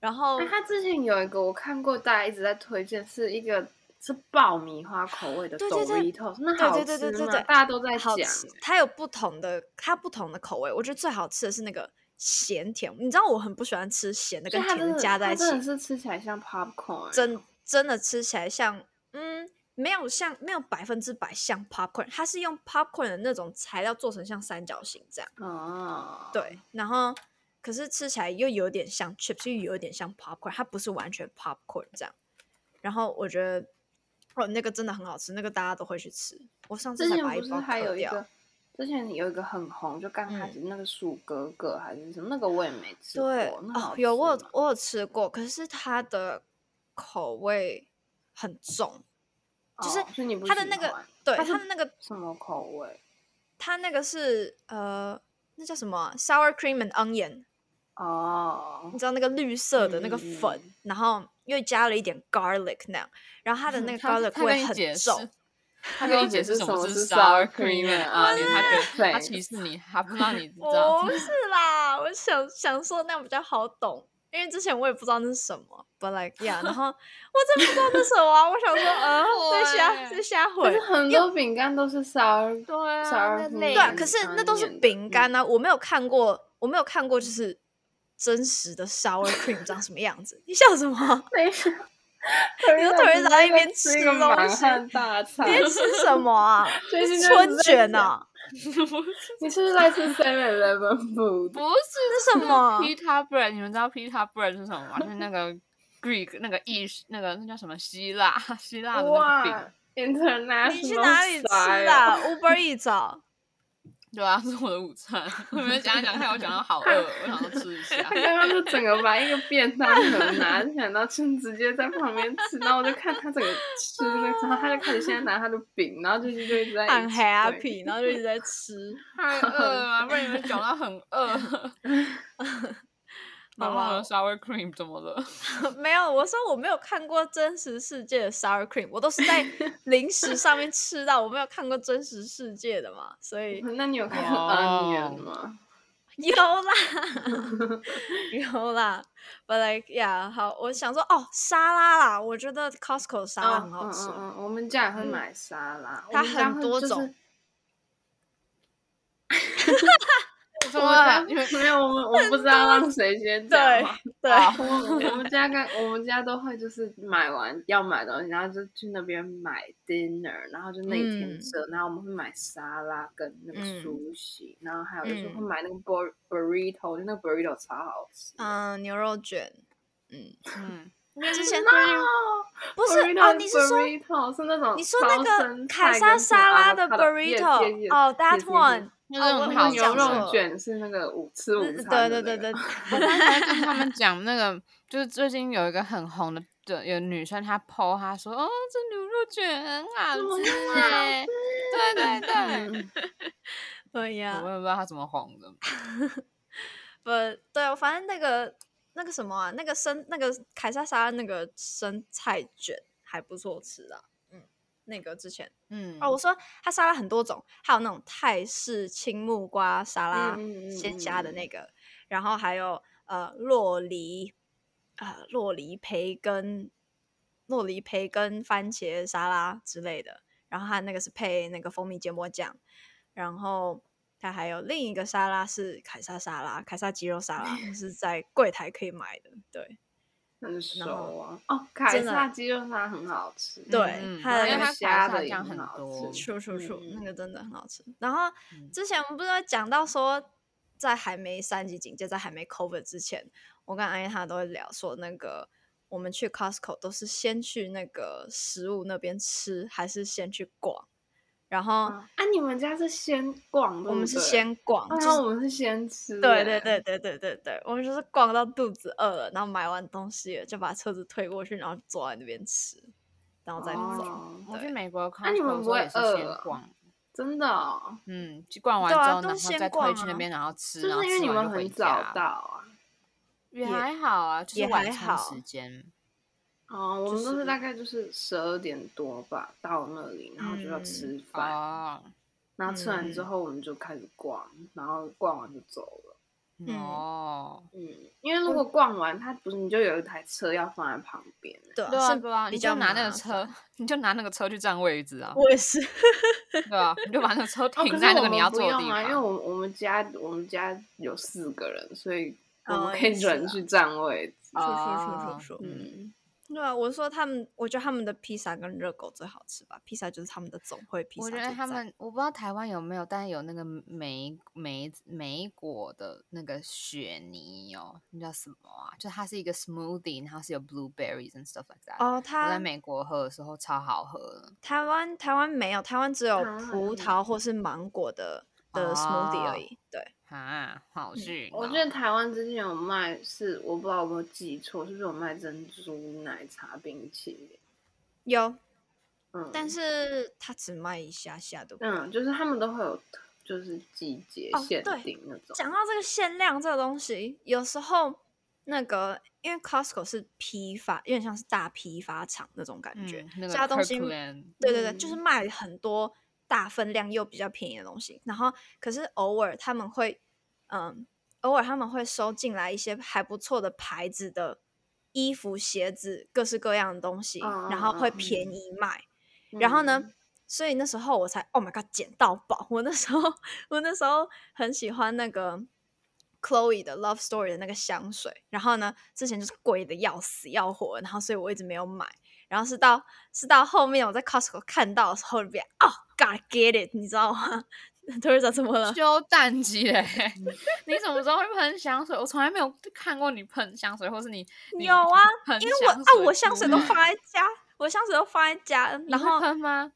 Speaker 3: 然后
Speaker 2: 那哎他之前有一个我看过，大家一直在推荐，是一个是爆米花口味的
Speaker 3: 对对对
Speaker 2: Doritos，那
Speaker 3: 对
Speaker 2: 好
Speaker 3: 对
Speaker 2: 吃吗？
Speaker 3: 对对对对
Speaker 2: 大家都在讲
Speaker 3: 好吃，它有不同的，它不同的口味。我觉得最好吃的是那个咸甜，你知道我很不喜欢吃咸的
Speaker 2: 所
Speaker 3: 跟
Speaker 2: 以啊它
Speaker 3: 甜
Speaker 2: 真
Speaker 3: 的
Speaker 2: 的
Speaker 3: 加在
Speaker 2: 它
Speaker 3: 一起，
Speaker 2: 真的是吃起来像 popcorn，
Speaker 3: 真真的吃起来像，嗯，没有像没有百分之百像 popcorn，它是用 popcorn 的那种材料做成像三角形这样。
Speaker 2: 哦，
Speaker 3: 对，然后可是吃起来又有点像 chips，又有点像 popcorn，它不是完全 popcorn 这样。然后我觉得，哦，那个真的很好吃，那个大家都会去吃。我上次
Speaker 2: 之
Speaker 3: 才
Speaker 2: 前
Speaker 3: 把
Speaker 2: 不
Speaker 3: 一
Speaker 2: 是
Speaker 3: 包
Speaker 2: 还
Speaker 3: 嗑
Speaker 2: 有一
Speaker 3: 掉。嗯
Speaker 2: 个，之前有一个很红，就刚开始那个鼠哥哥还是什么，那个我也没吃过，
Speaker 3: 对，
Speaker 2: 那好
Speaker 3: 哦，
Speaker 2: 吃
Speaker 3: 有我有
Speaker 2: 吗
Speaker 3: 我有吃过，可是它的口味很重，就是
Speaker 2: 哦所以你不
Speaker 3: 它的
Speaker 2: 喜
Speaker 3: 那个
Speaker 2: 欢
Speaker 3: 对
Speaker 2: 它是
Speaker 3: 它的那个
Speaker 2: 什么口味？
Speaker 3: 它那个是呃，那叫什么啊 sour cream and onion，
Speaker 2: 哦
Speaker 3: 你，知道那个绿色的那个粉，
Speaker 2: 嗯
Speaker 3: 然后又加了一点 garlic 那样，然后它 的那个
Speaker 1: 他
Speaker 3: garlic
Speaker 1: 他跟
Speaker 3: 味
Speaker 1: 你解
Speaker 3: 很
Speaker 1: 释
Speaker 3: 重，
Speaker 1: 他跟你解释
Speaker 2: 什么
Speaker 1: 是
Speaker 2: 是
Speaker 1: sour
Speaker 2: sour
Speaker 1: cream
Speaker 2: cream
Speaker 1: and
Speaker 2: and
Speaker 1: onion，他觉得
Speaker 2: onion
Speaker 1: 他歧视你，还不让 你知道
Speaker 3: 不。哦是啦，我想想说那样比较好懂，因为之前我也不知道那是什么，but like yeah，然后 我真不知道那是什么啊，我想说，嗯、呃，再瞎
Speaker 1: 对
Speaker 3: 再瞎
Speaker 2: 可
Speaker 3: 混
Speaker 2: 是。很多饼干都是 sour
Speaker 1: 对啊
Speaker 2: sour
Speaker 1: 那
Speaker 2: cream
Speaker 1: 类
Speaker 3: 对啊，
Speaker 1: 嗯
Speaker 3: 可是那
Speaker 2: onion
Speaker 3: 都是
Speaker 2: 的
Speaker 3: 饼
Speaker 2: 嗯
Speaker 3: 干啊，我没有看过，我没有看过就是真实的 sour cream 长什么样子。你笑什么？
Speaker 2: 没 事，
Speaker 3: 你说
Speaker 2: 头
Speaker 3: 突然在一边
Speaker 2: 吃
Speaker 3: 吃
Speaker 2: 一个
Speaker 3: 东
Speaker 2: 满
Speaker 3: 西
Speaker 2: 汉 大餐
Speaker 3: 你。在吃什么啊？
Speaker 2: 最近就是
Speaker 3: 春
Speaker 2: 在
Speaker 3: 卷
Speaker 2: 想
Speaker 3: 啊？
Speaker 2: 你是不是在吃 Seven Eleven food？
Speaker 1: 不是，
Speaker 3: 那什
Speaker 1: 是
Speaker 3: 么
Speaker 1: pita bread？你们知 道 pita bread 是什么吗？就是那个 Greek 那个意式那个那叫什么希腊希腊的那个饼，
Speaker 2: 哇，international！
Speaker 3: 你去哪里吃
Speaker 2: style
Speaker 3: 啊 ？Uber E 找，
Speaker 1: 对啊，是我的午餐。你们讲一讲看，我讲到好饿，我想要吃一下
Speaker 2: 他。刚刚就整个把一个便当盒拿起来，然后就直接在旁边吃，然后我就看他整个吃那个，然后他就开始现在拿他的饼，然后就是就一直在一
Speaker 3: 很
Speaker 2: 直
Speaker 3: happy，然后就一直在吃。
Speaker 1: 太饿了，被你们讲到很饿。
Speaker 3: 好
Speaker 1: 然
Speaker 3: 吧
Speaker 1: 后呢，sour cream 怎么了？
Speaker 3: 没有，我说我没有看过真实世界的 sour cream，我都是 在零食上面吃到，我没有看过真实世界的嘛，所 以
Speaker 2: 对。那你有看过
Speaker 1: 哦
Speaker 2: onion 吗？
Speaker 3: 有啦， 有啦。But like yeah，好，我想说哦，沙拉啦，我觉得 Costco 的沙拉很好吃。
Speaker 2: 嗯嗯嗯，我们家也会
Speaker 3: 嗯
Speaker 2: 买沙拉，我
Speaker 3: 它
Speaker 2: 们家
Speaker 3: 很
Speaker 2: 会
Speaker 3: 多
Speaker 2: 就是
Speaker 3: 种
Speaker 1: 怎
Speaker 2: 我
Speaker 1: 么了？你
Speaker 2: 们
Speaker 1: 们
Speaker 2: 家没有，我们我们不知道让谁先讲
Speaker 3: 对
Speaker 2: 话。
Speaker 3: 对，
Speaker 1: 啊
Speaker 2: 我们我们家跟我们家都会就是买完要买东西，然后就去那边买 dinner，然后就那一天
Speaker 3: 嗯
Speaker 2: 吃，然后我们会买沙拉跟那个
Speaker 3: 嗯
Speaker 2: 苏西，然后还有就是会
Speaker 3: 嗯
Speaker 2: 买那个 bur burrito，就那个 burrito 超好吃。
Speaker 3: 嗯，牛肉卷，嗯，
Speaker 1: 嗯，
Speaker 3: 之前
Speaker 2: 不
Speaker 3: 不是哦，你是说
Speaker 2: burrito 是那种
Speaker 3: 你说那
Speaker 2: 超
Speaker 3: 个
Speaker 2: 生
Speaker 3: 凯
Speaker 2: 菜
Speaker 3: 撒
Speaker 2: 跟什么
Speaker 3: 沙拉的
Speaker 2: avocado yes, yes,
Speaker 3: burrito？
Speaker 2: yes,
Speaker 3: 哦
Speaker 2: yes,
Speaker 3: ，that
Speaker 2: yes, yes
Speaker 3: one，
Speaker 1: 那
Speaker 3: 哦
Speaker 1: 种
Speaker 3: 我
Speaker 1: 很
Speaker 3: 我
Speaker 1: 好
Speaker 2: 牛
Speaker 1: 讲
Speaker 3: 讲
Speaker 2: 肉
Speaker 3: 错
Speaker 2: 卷是那个午吃午
Speaker 3: 嗯
Speaker 2: 餐的
Speaker 3: 对对
Speaker 2: 那个
Speaker 3: 对对，
Speaker 1: 我刚才听他们讲那个，就是最近有一个很红的，对，有女生她 PO，她说：“哦，这牛肉卷很好
Speaker 2: 怎么
Speaker 1: 吃
Speaker 2: 那么好
Speaker 1: 哎。”对对对，
Speaker 2: 嗯
Speaker 3: 对呀
Speaker 1: 我。也不知道她怎么红的。
Speaker 3: 不，对哦，反正那个那个什么啊，那个生那个凯撒沙拉那个生菜卷还不错吃啊。嗯，那个之前
Speaker 1: 嗯，
Speaker 3: 哦，我说它沙拉很多种，还有那种泰式青木瓜沙拉，
Speaker 2: 嗯嗯嗯
Speaker 3: 鲜
Speaker 2: 嗯
Speaker 3: 虾的
Speaker 2: 嗯
Speaker 3: 那个，然后还有呃洛梨，呃洛梨培根，洛梨培根番茄沙拉之类的，然后它那个是配那个蜂蜜芥末酱，然后它还有另一个 沙拉是凯撒沙拉，凯撒鸡肉沙拉是在柜台可以买的，对，
Speaker 2: 很
Speaker 3: 然后
Speaker 2: 熟啊。哦，凯
Speaker 3: 真的
Speaker 2: 撒鸡肉饭很好吃。
Speaker 3: 对
Speaker 1: 嗯
Speaker 3: 它的
Speaker 1: 因为
Speaker 3: 那个
Speaker 1: 它
Speaker 2: 虾
Speaker 1: 虾
Speaker 2: 的
Speaker 1: 的
Speaker 2: 也
Speaker 1: 酱
Speaker 2: 很
Speaker 1: 很
Speaker 2: 好
Speaker 1: 多，
Speaker 2: 吃
Speaker 3: 出出出，那
Speaker 2: 嗯
Speaker 3: 个真的很好吃。然后
Speaker 1: 嗯
Speaker 3: 之前我们不是有讲到说，在还没三级警戒，在还没 COVID 之前，我跟安妮她都会聊说，那个我们去 Costco 都是先去那个食物那边吃，还是先去逛？然后
Speaker 2: 啊，啊你们家是先逛，对
Speaker 3: 我们
Speaker 2: 不
Speaker 3: 是
Speaker 2: 对
Speaker 3: 先逛，
Speaker 1: 哎
Speaker 2: 啊然
Speaker 3: 就是
Speaker 2: 后我们是先吃。
Speaker 3: 对对
Speaker 2: 欸，
Speaker 3: 对对对对对，我们就是逛到肚子饿了，然后买完东西了就把车子推过去，然后坐在那边吃，然后再走。
Speaker 2: 哦
Speaker 1: 我去
Speaker 3: 对
Speaker 1: 美国 Costco
Speaker 2: 那你们
Speaker 1: 的时
Speaker 2: 不
Speaker 1: 候
Speaker 2: 会
Speaker 1: 也是先
Speaker 2: 饿啊
Speaker 1: 逛，
Speaker 2: 真的哦，
Speaker 1: 嗯，去逛完之
Speaker 3: 对
Speaker 1: 后，
Speaker 3: 啊
Speaker 1: 然
Speaker 3: 都
Speaker 1: 后
Speaker 3: 是先
Speaker 1: 再推
Speaker 3: 逛
Speaker 1: 去那
Speaker 3: 啊
Speaker 1: 边，然后吃，
Speaker 2: 就
Speaker 1: 然后
Speaker 2: 是因为
Speaker 1: 吃
Speaker 2: 你
Speaker 1: 完
Speaker 2: 们
Speaker 1: 就回
Speaker 2: 很早
Speaker 1: 家。
Speaker 2: 到啊。
Speaker 1: 也
Speaker 3: 也
Speaker 1: 还好啊，就
Speaker 3: 也
Speaker 1: 是晚
Speaker 3: 还
Speaker 1: 餐
Speaker 3: 好
Speaker 1: 时间。
Speaker 2: 哦，我
Speaker 3: 就
Speaker 2: 们都
Speaker 3: 是
Speaker 2: 是大概就是十二点多吧到那里，然后就要吃饭，
Speaker 1: 哦，
Speaker 2: 然后吃完之
Speaker 3: 嗯
Speaker 2: 后我们就开始逛，然后逛完就走了。
Speaker 3: 嗯
Speaker 1: 哦，
Speaker 2: 嗯，因为如果逛完，它不是你就有一台车要放在旁边欸，
Speaker 3: 对
Speaker 1: 对
Speaker 3: 啊，
Speaker 1: 啊
Speaker 3: 是
Speaker 1: 对啊，
Speaker 3: 比
Speaker 1: 你
Speaker 3: 较
Speaker 1: 就拿那
Speaker 3: 麻
Speaker 1: 个
Speaker 3: 烦。
Speaker 1: 车，你就拿那个车去占位置啊，
Speaker 3: 我 也是，
Speaker 1: 对啊，你就把那个车
Speaker 2: 哦，可
Speaker 1: 停
Speaker 2: 是
Speaker 1: 在那
Speaker 2: 我
Speaker 1: 个你
Speaker 2: 们
Speaker 1: 要
Speaker 2: 不
Speaker 1: 坐的
Speaker 2: 用
Speaker 1: 地
Speaker 2: 啊，因为
Speaker 1: 方。
Speaker 2: 我们我们家我们家有四个人，所以我
Speaker 3: 哦
Speaker 2: 们可以
Speaker 3: 也是
Speaker 2: 准
Speaker 3: 啊
Speaker 2: 去占位置。
Speaker 3: 说
Speaker 1: 哦
Speaker 3: 说说说说，
Speaker 2: 嗯，
Speaker 3: 对啊，我说他们，我觉得他们的披萨跟热狗最好吃吧，披萨就是他们的总会披萨
Speaker 1: 我
Speaker 3: 最
Speaker 1: 觉
Speaker 3: 赞。
Speaker 1: 得他们，我不知道台湾有没有，但有那个梅梅梅果的那个雪泥哦，那叫什么啊？就它是一个 smoothie，然后是有 blueberries and stuff like that。
Speaker 3: 哦，
Speaker 1: 我在
Speaker 3: 他
Speaker 1: 美国喝的时候超好喝的，
Speaker 3: 台湾台湾没有，台湾只有
Speaker 2: 啊
Speaker 3: 葡萄或是芒果的的 smoothie 而
Speaker 1: 哦
Speaker 3: 已。对，
Speaker 1: 啊，好
Speaker 3: 嗯
Speaker 1: 逊、哦
Speaker 2: 我记得台湾之前有卖是，我不知道有没有记错，是不是有卖珍珠奶茶冰淇淋？
Speaker 3: 有，
Speaker 2: 嗯，
Speaker 3: 但是它只卖一下下的。
Speaker 2: 嗯，就是他们都会有特就是季节
Speaker 3: 哦
Speaker 2: 限
Speaker 3: 对
Speaker 2: 定那种。
Speaker 3: 讲到这个限量这个东西，有时候那个因为 Costco 是批发，有点像是大批发厂那种感觉，
Speaker 1: 嗯，那
Speaker 3: 这
Speaker 1: 个
Speaker 3: 家东西
Speaker 1: Kirkland
Speaker 3: 对对对，就是
Speaker 2: 嗯
Speaker 3: 卖很多大分量又比较便宜的东西。然后可是偶尔他们会，嗯，偶尔他们会收进来一些还不错的牌子的衣服、鞋子，各式各样的东西，然后会
Speaker 2: 嗯嗯嗯
Speaker 3: 便宜卖。然后呢
Speaker 2: 嗯，，
Speaker 3: 所以那时候我才 Oh my God，捡到宝！我那时候我那时候很喜欢那个 Chloe 的 Love Story 的那个香水，然后呢，之前就是贵的要死要活，然后所以我一直没有买，然后是到是到后面我在 Costco 看到的时候，就变哦 God get it，你知道吗？突然长怎么了？
Speaker 1: 修淡季嘞！ 你怎么知道会喷香水？我从来没有看过你喷香水，或是你你
Speaker 3: 有啊
Speaker 1: 喷
Speaker 3: 因为我
Speaker 1: 香
Speaker 3: 啊，我香水都
Speaker 1: 出
Speaker 3: 放
Speaker 1: 门，
Speaker 3: 在家，我香水都放在家，
Speaker 1: 你
Speaker 3: 然
Speaker 1: 会
Speaker 3: 后
Speaker 1: 喷吗？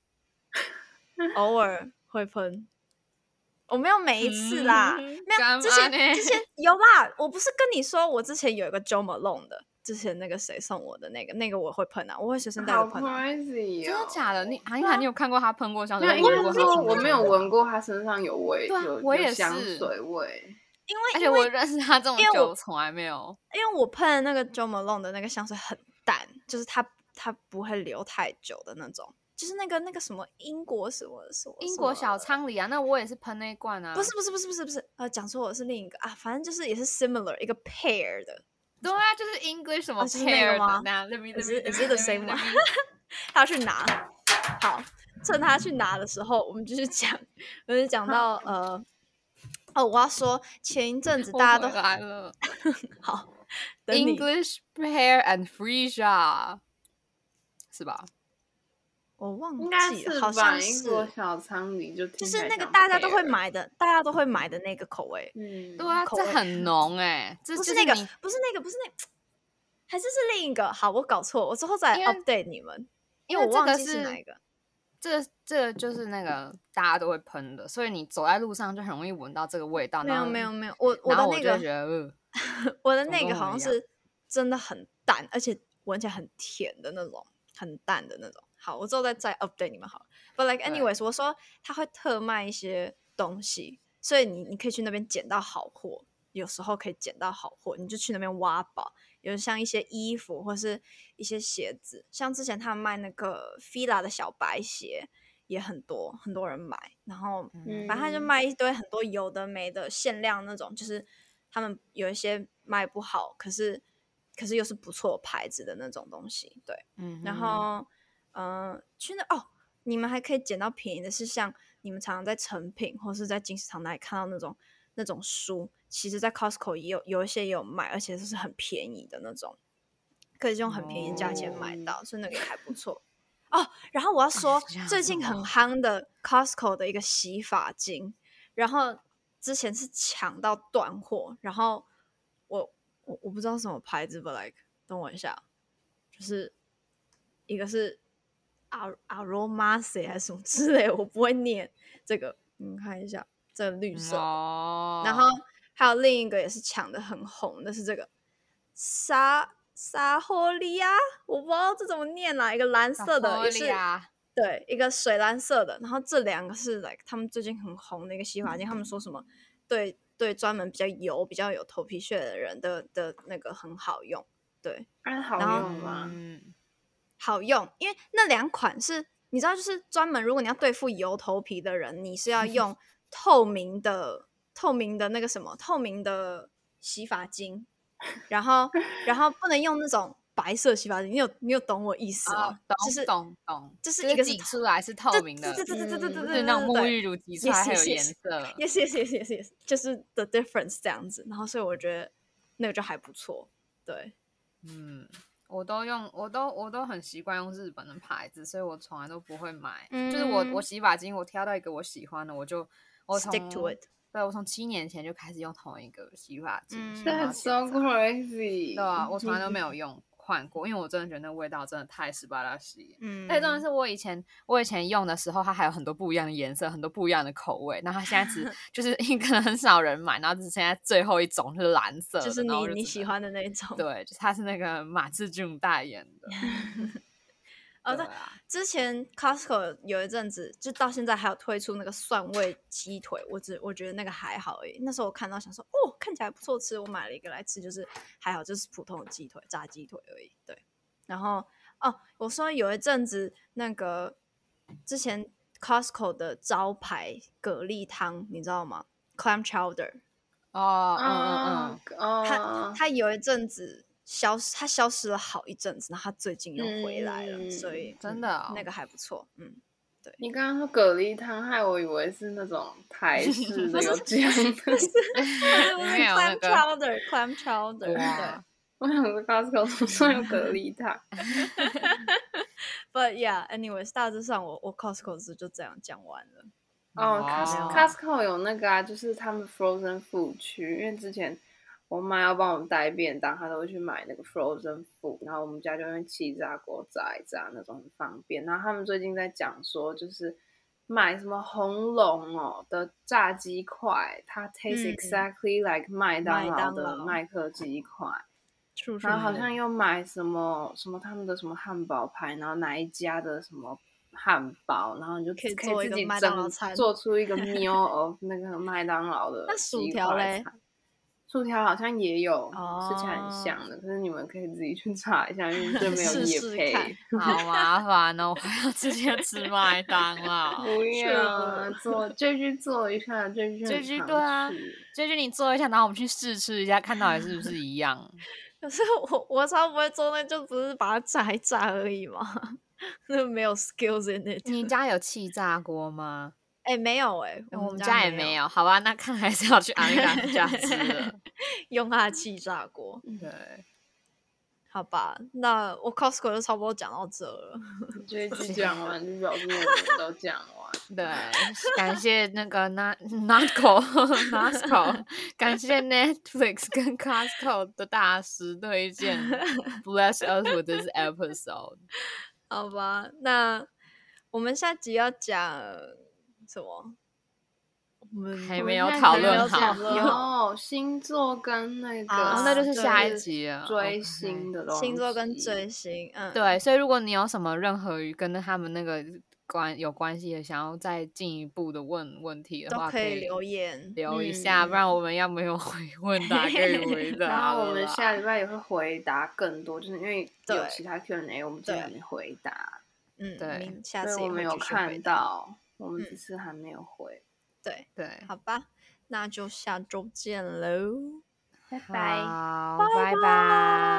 Speaker 3: 偶尔会喷，我没有每一次啦，
Speaker 1: 嗯
Speaker 3: 没有
Speaker 1: 干
Speaker 3: 之
Speaker 1: 嘛
Speaker 3: 前
Speaker 1: 呢
Speaker 3: 之前有啦，我不是跟你说，我之前有一个 Joe Malone 的，之前那个谁送我的那个那个我会喷啊，我会随身带着
Speaker 2: 好
Speaker 3: 喷啊，
Speaker 2: crazy
Speaker 1: 真的
Speaker 2: 哦
Speaker 1: 假的？你韩一涵，你有看过他喷过香水？
Speaker 2: 没有，
Speaker 1: 或
Speaker 2: 应
Speaker 1: 者
Speaker 2: 该
Speaker 1: 闻
Speaker 2: 是
Speaker 1: 过他
Speaker 2: 说
Speaker 1: 喷
Speaker 2: 我
Speaker 1: 过
Speaker 2: 没有
Speaker 1: 香水
Speaker 2: 闻过他身上有味，
Speaker 1: 对啊
Speaker 2: 有
Speaker 1: 我
Speaker 2: 有
Speaker 1: 也是
Speaker 2: 香水味。
Speaker 3: 因
Speaker 1: 而
Speaker 3: 为
Speaker 1: 且
Speaker 3: 因为
Speaker 1: 我认识他这么
Speaker 3: 因为
Speaker 1: 久，
Speaker 3: 我
Speaker 1: 我从来没有。
Speaker 3: 因为我喷的那个 Jo Malone 的那个香水很淡，就是它它不会留太久的那种，就是那个那个什么英国什么什么
Speaker 1: 英
Speaker 3: 什
Speaker 1: 国
Speaker 3: 么
Speaker 1: 小苍梨啊，那我也是喷那一罐啊。
Speaker 3: 不是，不是不是不是不是，呃，讲错了是另一个啊，反正就是也是 similar 一个 pair 的，
Speaker 1: 对啊，就是 English 什么
Speaker 3: 哦就是那
Speaker 1: pair
Speaker 3: 个
Speaker 1: 的
Speaker 3: 吗
Speaker 1: 那 Let me let
Speaker 3: Is
Speaker 1: me
Speaker 3: it- is
Speaker 1: let
Speaker 3: it
Speaker 1: me-
Speaker 3: the
Speaker 1: let
Speaker 3: same
Speaker 1: me-
Speaker 3: one？
Speaker 1: let me-
Speaker 3: 他去拿。好，趁他去拿的时候，我们继续讲，我就讲到呃，哦，我要说前一阵子
Speaker 1: 我
Speaker 3: 大家
Speaker 1: 回
Speaker 3: 都
Speaker 1: 来了。
Speaker 3: 好，等你
Speaker 1: English pair and freesia 是吧？
Speaker 3: 我忘
Speaker 2: 应该
Speaker 3: 嗯记
Speaker 2: 是
Speaker 3: 了，好像
Speaker 2: 吧？英
Speaker 3: 是，
Speaker 2: 国小苍梨就听起
Speaker 3: 就是
Speaker 2: 来
Speaker 3: 那个
Speaker 2: 像
Speaker 3: 大家都会
Speaker 2: pear
Speaker 3: 买的，大家都会买的那个口味，
Speaker 2: 嗯，
Speaker 1: 对啊，
Speaker 3: 口
Speaker 1: 这
Speaker 3: 味
Speaker 1: 很浓哎、这
Speaker 3: 不
Speaker 1: 就是
Speaker 3: 那个
Speaker 1: 你，
Speaker 3: 不是那个，不是那还是是另一个。好，我搞错，我之后再
Speaker 1: 因为
Speaker 3: update 你们，
Speaker 1: 因
Speaker 3: 为
Speaker 1: 为
Speaker 3: 我
Speaker 1: 这
Speaker 3: 忘
Speaker 1: 个
Speaker 3: 记
Speaker 1: 是
Speaker 3: 哪一个。
Speaker 1: 这这个就是那个大家都会喷的，所以你走在路上就很容易闻到这个味道。
Speaker 3: 没有
Speaker 1: 然后嗯
Speaker 3: 没有，没有，我我
Speaker 1: 然
Speaker 3: 的
Speaker 1: 后我
Speaker 3: 那
Speaker 1: 就
Speaker 3: 个
Speaker 1: 会觉得，呃
Speaker 3: 我的
Speaker 1: 怎么
Speaker 3: 那
Speaker 1: 跟
Speaker 3: 个
Speaker 1: 我
Speaker 3: 好
Speaker 1: 们
Speaker 3: 像
Speaker 1: 一样
Speaker 3: 是真的很淡，而且闻起来很甜的那种，很淡的那种。好，我之后再再 update 你们好了。But like
Speaker 1: 对
Speaker 3: anyways，我说他会特卖一些东西，所以你你可以去那边捡到好货，有时候可以捡到好货，你就去那边挖宝。有像一些衣服或是一些鞋子，像之前他卖那个 fila 的小白鞋也很多，很多人买，然后
Speaker 1: 嗯
Speaker 3: 反正他就
Speaker 2: 嗯
Speaker 3: 卖一堆很多有的没的限量那种，就是他们有一些卖不好，可是可是又是不错牌子的那种东西。对，
Speaker 1: 嗯哼，
Speaker 3: 然后嗯、呃去那哦，你们还可以捡到便宜的是像你们常常在成品或是在金石堂那里看到那种那种书，其实在 Costco 也有有一些也有卖，而且就是很便宜的那种。可以用很便宜价钱买
Speaker 1: 哦
Speaker 3: 到，所以那个还不错。哦，然后我要说
Speaker 1: 这样，
Speaker 3: 最近很
Speaker 1: 哦
Speaker 3: 夯的 Costco 的一个洗发精，然后之前是抢到断货，然后我我我不知道什么牌子，but like 等我一下，就是一个是 Ar Aromase 还是什么之类，我不会念这个，你们看一下这个绿色
Speaker 1: 嗯
Speaker 3: 的，
Speaker 1: 哦，
Speaker 3: 然后还有另一个也是抢的很红的是这个沙沙霍利亚，我不知道这怎么念啦，一个蓝色的也是
Speaker 1: 呀，
Speaker 3: 对，一个水蓝色的，然后这两个是 like 他们最近很红的一个洗发精，他们说什么对对专门比较油、比较有头皮屑的人的的那个很好用，对，
Speaker 2: 然啊好
Speaker 3: 然后
Speaker 2: 用吗？
Speaker 1: 嗯，
Speaker 3: 好用，因为那两款是你知道，就是专门如果你要对付油头皮的人，你是要用透明的、透明的那个什么、透明的洗发精，然后然后不能用那种白色洗发精，你有你有懂我意思吗？
Speaker 1: 啊懂
Speaker 3: 哦就是
Speaker 1: 懂懂，
Speaker 3: 就是
Speaker 1: 就
Speaker 3: 一
Speaker 1: 是
Speaker 3: 个是
Speaker 1: 挤
Speaker 3: 透
Speaker 1: 出来是透
Speaker 3: 对
Speaker 1: 明的，
Speaker 3: 对对对对对对
Speaker 2: 嗯
Speaker 1: 就是
Speaker 3: 对，
Speaker 1: 那种沐
Speaker 3: 对
Speaker 1: 浴乳挤出来
Speaker 3: Yes,
Speaker 1: 还有
Speaker 3: yes,
Speaker 1: 颜
Speaker 3: yes.
Speaker 1: 色，
Speaker 3: yes yes yes yes yes，就是 the difference 这样子。然后所以我觉得那个就还不错，对，
Speaker 1: 嗯。我都用，我都我都很习惯用日本的牌子，所以我从来都不会买。就是我我
Speaker 3: 嗯
Speaker 1: 洗发精，我挑到一个我喜欢的，我就我从
Speaker 3: stick to it。
Speaker 1: 对我从七年前就开始用同一个洗发精，
Speaker 3: 嗯
Speaker 1: 用到
Speaker 2: That's
Speaker 1: 现
Speaker 2: 啊
Speaker 1: 在
Speaker 2: so crazy。
Speaker 1: 对啊，我从来都没有用换过，因为我真的觉得那味道真的太斯巴拉西。
Speaker 3: 嗯，
Speaker 1: 而且重点是我以前我以前用的时候，它还有很多不一样的颜色，很多不一样的口味。那它现在 只就是因为可能很少人买，然后只剩下最后一种是蓝色的，
Speaker 3: 就是
Speaker 1: 呃然后我
Speaker 3: 你
Speaker 1: 就
Speaker 3: 你
Speaker 1: 只
Speaker 3: 喜
Speaker 1: 能
Speaker 3: 欢的那一种。
Speaker 1: 对，就是它是那个马志俊代言 的。
Speaker 3: 哦，
Speaker 1: 对
Speaker 3: 对，
Speaker 1: 啊，
Speaker 3: 之前 Costco 有一阵子，就到现在还有推出那个蒜味鸡腿，我只我觉得那个还好而已。那时候我看到想说，哦，看起来不错吃，我买了一个来吃，就是还好，就是普通的鸡腿，炸鸡腿而已。对，然后哦，我说有一阵子那个之前 Costco 的招牌蛤蜊汤，你知道吗？Clam chowder，
Speaker 1: 哦，嗯嗯
Speaker 2: 啊
Speaker 1: 嗯，
Speaker 2: 哦
Speaker 3: 它，它有一阵子消失，它消失了好一阵子，然后它最近又回来了，所以
Speaker 1: 真
Speaker 3: 嗯
Speaker 1: 的哦
Speaker 3: 那个还不错，嗯。
Speaker 2: 你刚刚说蛤蜊汤，害我以为是那种台式 的有酱的。
Speaker 1: 里面有那
Speaker 3: clam
Speaker 1: 个
Speaker 3: chowder clam chowder 对
Speaker 1: 哇，
Speaker 2: 我想说 Costco 怎么说有蛤蜊汤？
Speaker 3: ，but yeah anyways 大致上我我 Costco 是就这样讲完了，
Speaker 2: 哦
Speaker 1: 哇
Speaker 2: ，Costco Costco 有那个啊，就是他们 frozen food 区，因为之前我妈要帮我们带便当，她都会去买那个 frozen food，然后我们家就用气炸锅炸一炸那种很方便。然后他们最近在讲说，就是买什么红龙哦的炸鸡块，它 tastes
Speaker 3: 嗯
Speaker 2: exactly like 麦当
Speaker 3: 麦
Speaker 2: 劳
Speaker 3: 当
Speaker 2: 的
Speaker 3: 劳
Speaker 2: 麦克鸡块。
Speaker 3: 是不是
Speaker 2: 然后好像又买什么什么他们的什么汉堡排，然后哪一家的什么汉堡，然后你就
Speaker 3: 可以
Speaker 2: 可
Speaker 3: 做
Speaker 2: 以自
Speaker 3: 一个
Speaker 2: 己
Speaker 3: 麦当劳
Speaker 2: 整
Speaker 3: 餐
Speaker 2: 做出一个 meal of 那个麦当劳的
Speaker 3: 那薯
Speaker 2: 鸡
Speaker 3: 条
Speaker 2: 块
Speaker 3: 嘞
Speaker 2: 餐？薯条好像也有，吃起来
Speaker 3: 哦
Speaker 2: 很像的，可是你们可以自己去 查一下，因为这没有
Speaker 3: 试
Speaker 2: 夜
Speaker 3: 试
Speaker 2: 配。
Speaker 3: 看
Speaker 1: 好麻烦哦，我还要直接吃麦 当劳。
Speaker 2: 不要啊
Speaker 3: 哦是
Speaker 2: 做这句做一下，这句
Speaker 1: 这
Speaker 2: 很
Speaker 1: 句
Speaker 2: 常
Speaker 1: 对啊
Speaker 2: 吃
Speaker 1: 最近你做一下，然后我们去试吃一下，看到底是不是一样。
Speaker 3: 可是我我超不会做，那就不是把它炸一炸而已嘛， 那没有 skills in it。
Speaker 1: 你家有气炸锅吗？
Speaker 3: 哎、没有哎、
Speaker 1: 我们
Speaker 3: 们
Speaker 1: 家
Speaker 3: 家
Speaker 1: 也没，有，好吧，那看来是要去阿丽达夫家吃了。
Speaker 3: 用它的气炸锅，
Speaker 1: 对，
Speaker 3: 好吧？那我 Costco 就差不多讲到这了。
Speaker 2: 这句讲完就表示我们都讲完。
Speaker 1: 对，感谢那个 Na 嗯 Nasco Nasco，感谢 Netflix 跟 Costco 的大师推荐，bless us with this episode。
Speaker 3: 好吧，那我们下集要讲什么？我们
Speaker 1: 还
Speaker 3: 我们
Speaker 1: 没有
Speaker 3: 现在
Speaker 1: 讨
Speaker 3: 还没
Speaker 1: 论
Speaker 3: 有
Speaker 1: 好
Speaker 3: 讨论好
Speaker 2: 有哦星座跟那个，
Speaker 3: 啊
Speaker 1: 哦，那就是
Speaker 3: 对
Speaker 1: 下一集了。
Speaker 2: 追
Speaker 1: OK
Speaker 2: 星的东西，
Speaker 3: 星座跟追星，嗯，，
Speaker 1: 对，所以如果你有什么任何与跟他们那个关有关系的，想要再进一步的问问题的
Speaker 3: 都
Speaker 1: 话，
Speaker 3: 可
Speaker 1: 可
Speaker 3: 以
Speaker 1: 以
Speaker 3: 留言。
Speaker 1: 留一下，不然我们要没有回问答可以回答
Speaker 2: 然后我
Speaker 1: 了
Speaker 2: 们
Speaker 1: 啊啦
Speaker 2: 下礼拜也会回答更多，就是因为有
Speaker 3: 对
Speaker 2: 其他 Q&A 我们之前还
Speaker 3: 对
Speaker 2: 没回答，
Speaker 3: 嗯，
Speaker 1: 对
Speaker 3: 明下
Speaker 2: 所
Speaker 3: 次
Speaker 2: 以我
Speaker 3: 也会
Speaker 2: 们有
Speaker 3: 继续回
Speaker 2: 看
Speaker 3: 答。
Speaker 2: 到，我们
Speaker 3: 嗯
Speaker 2: 只是还没有回。
Speaker 3: 对，
Speaker 1: 对，
Speaker 3: 好吧，那就下周见喽。
Speaker 2: 拜
Speaker 3: 啊
Speaker 1: 好，拜拜。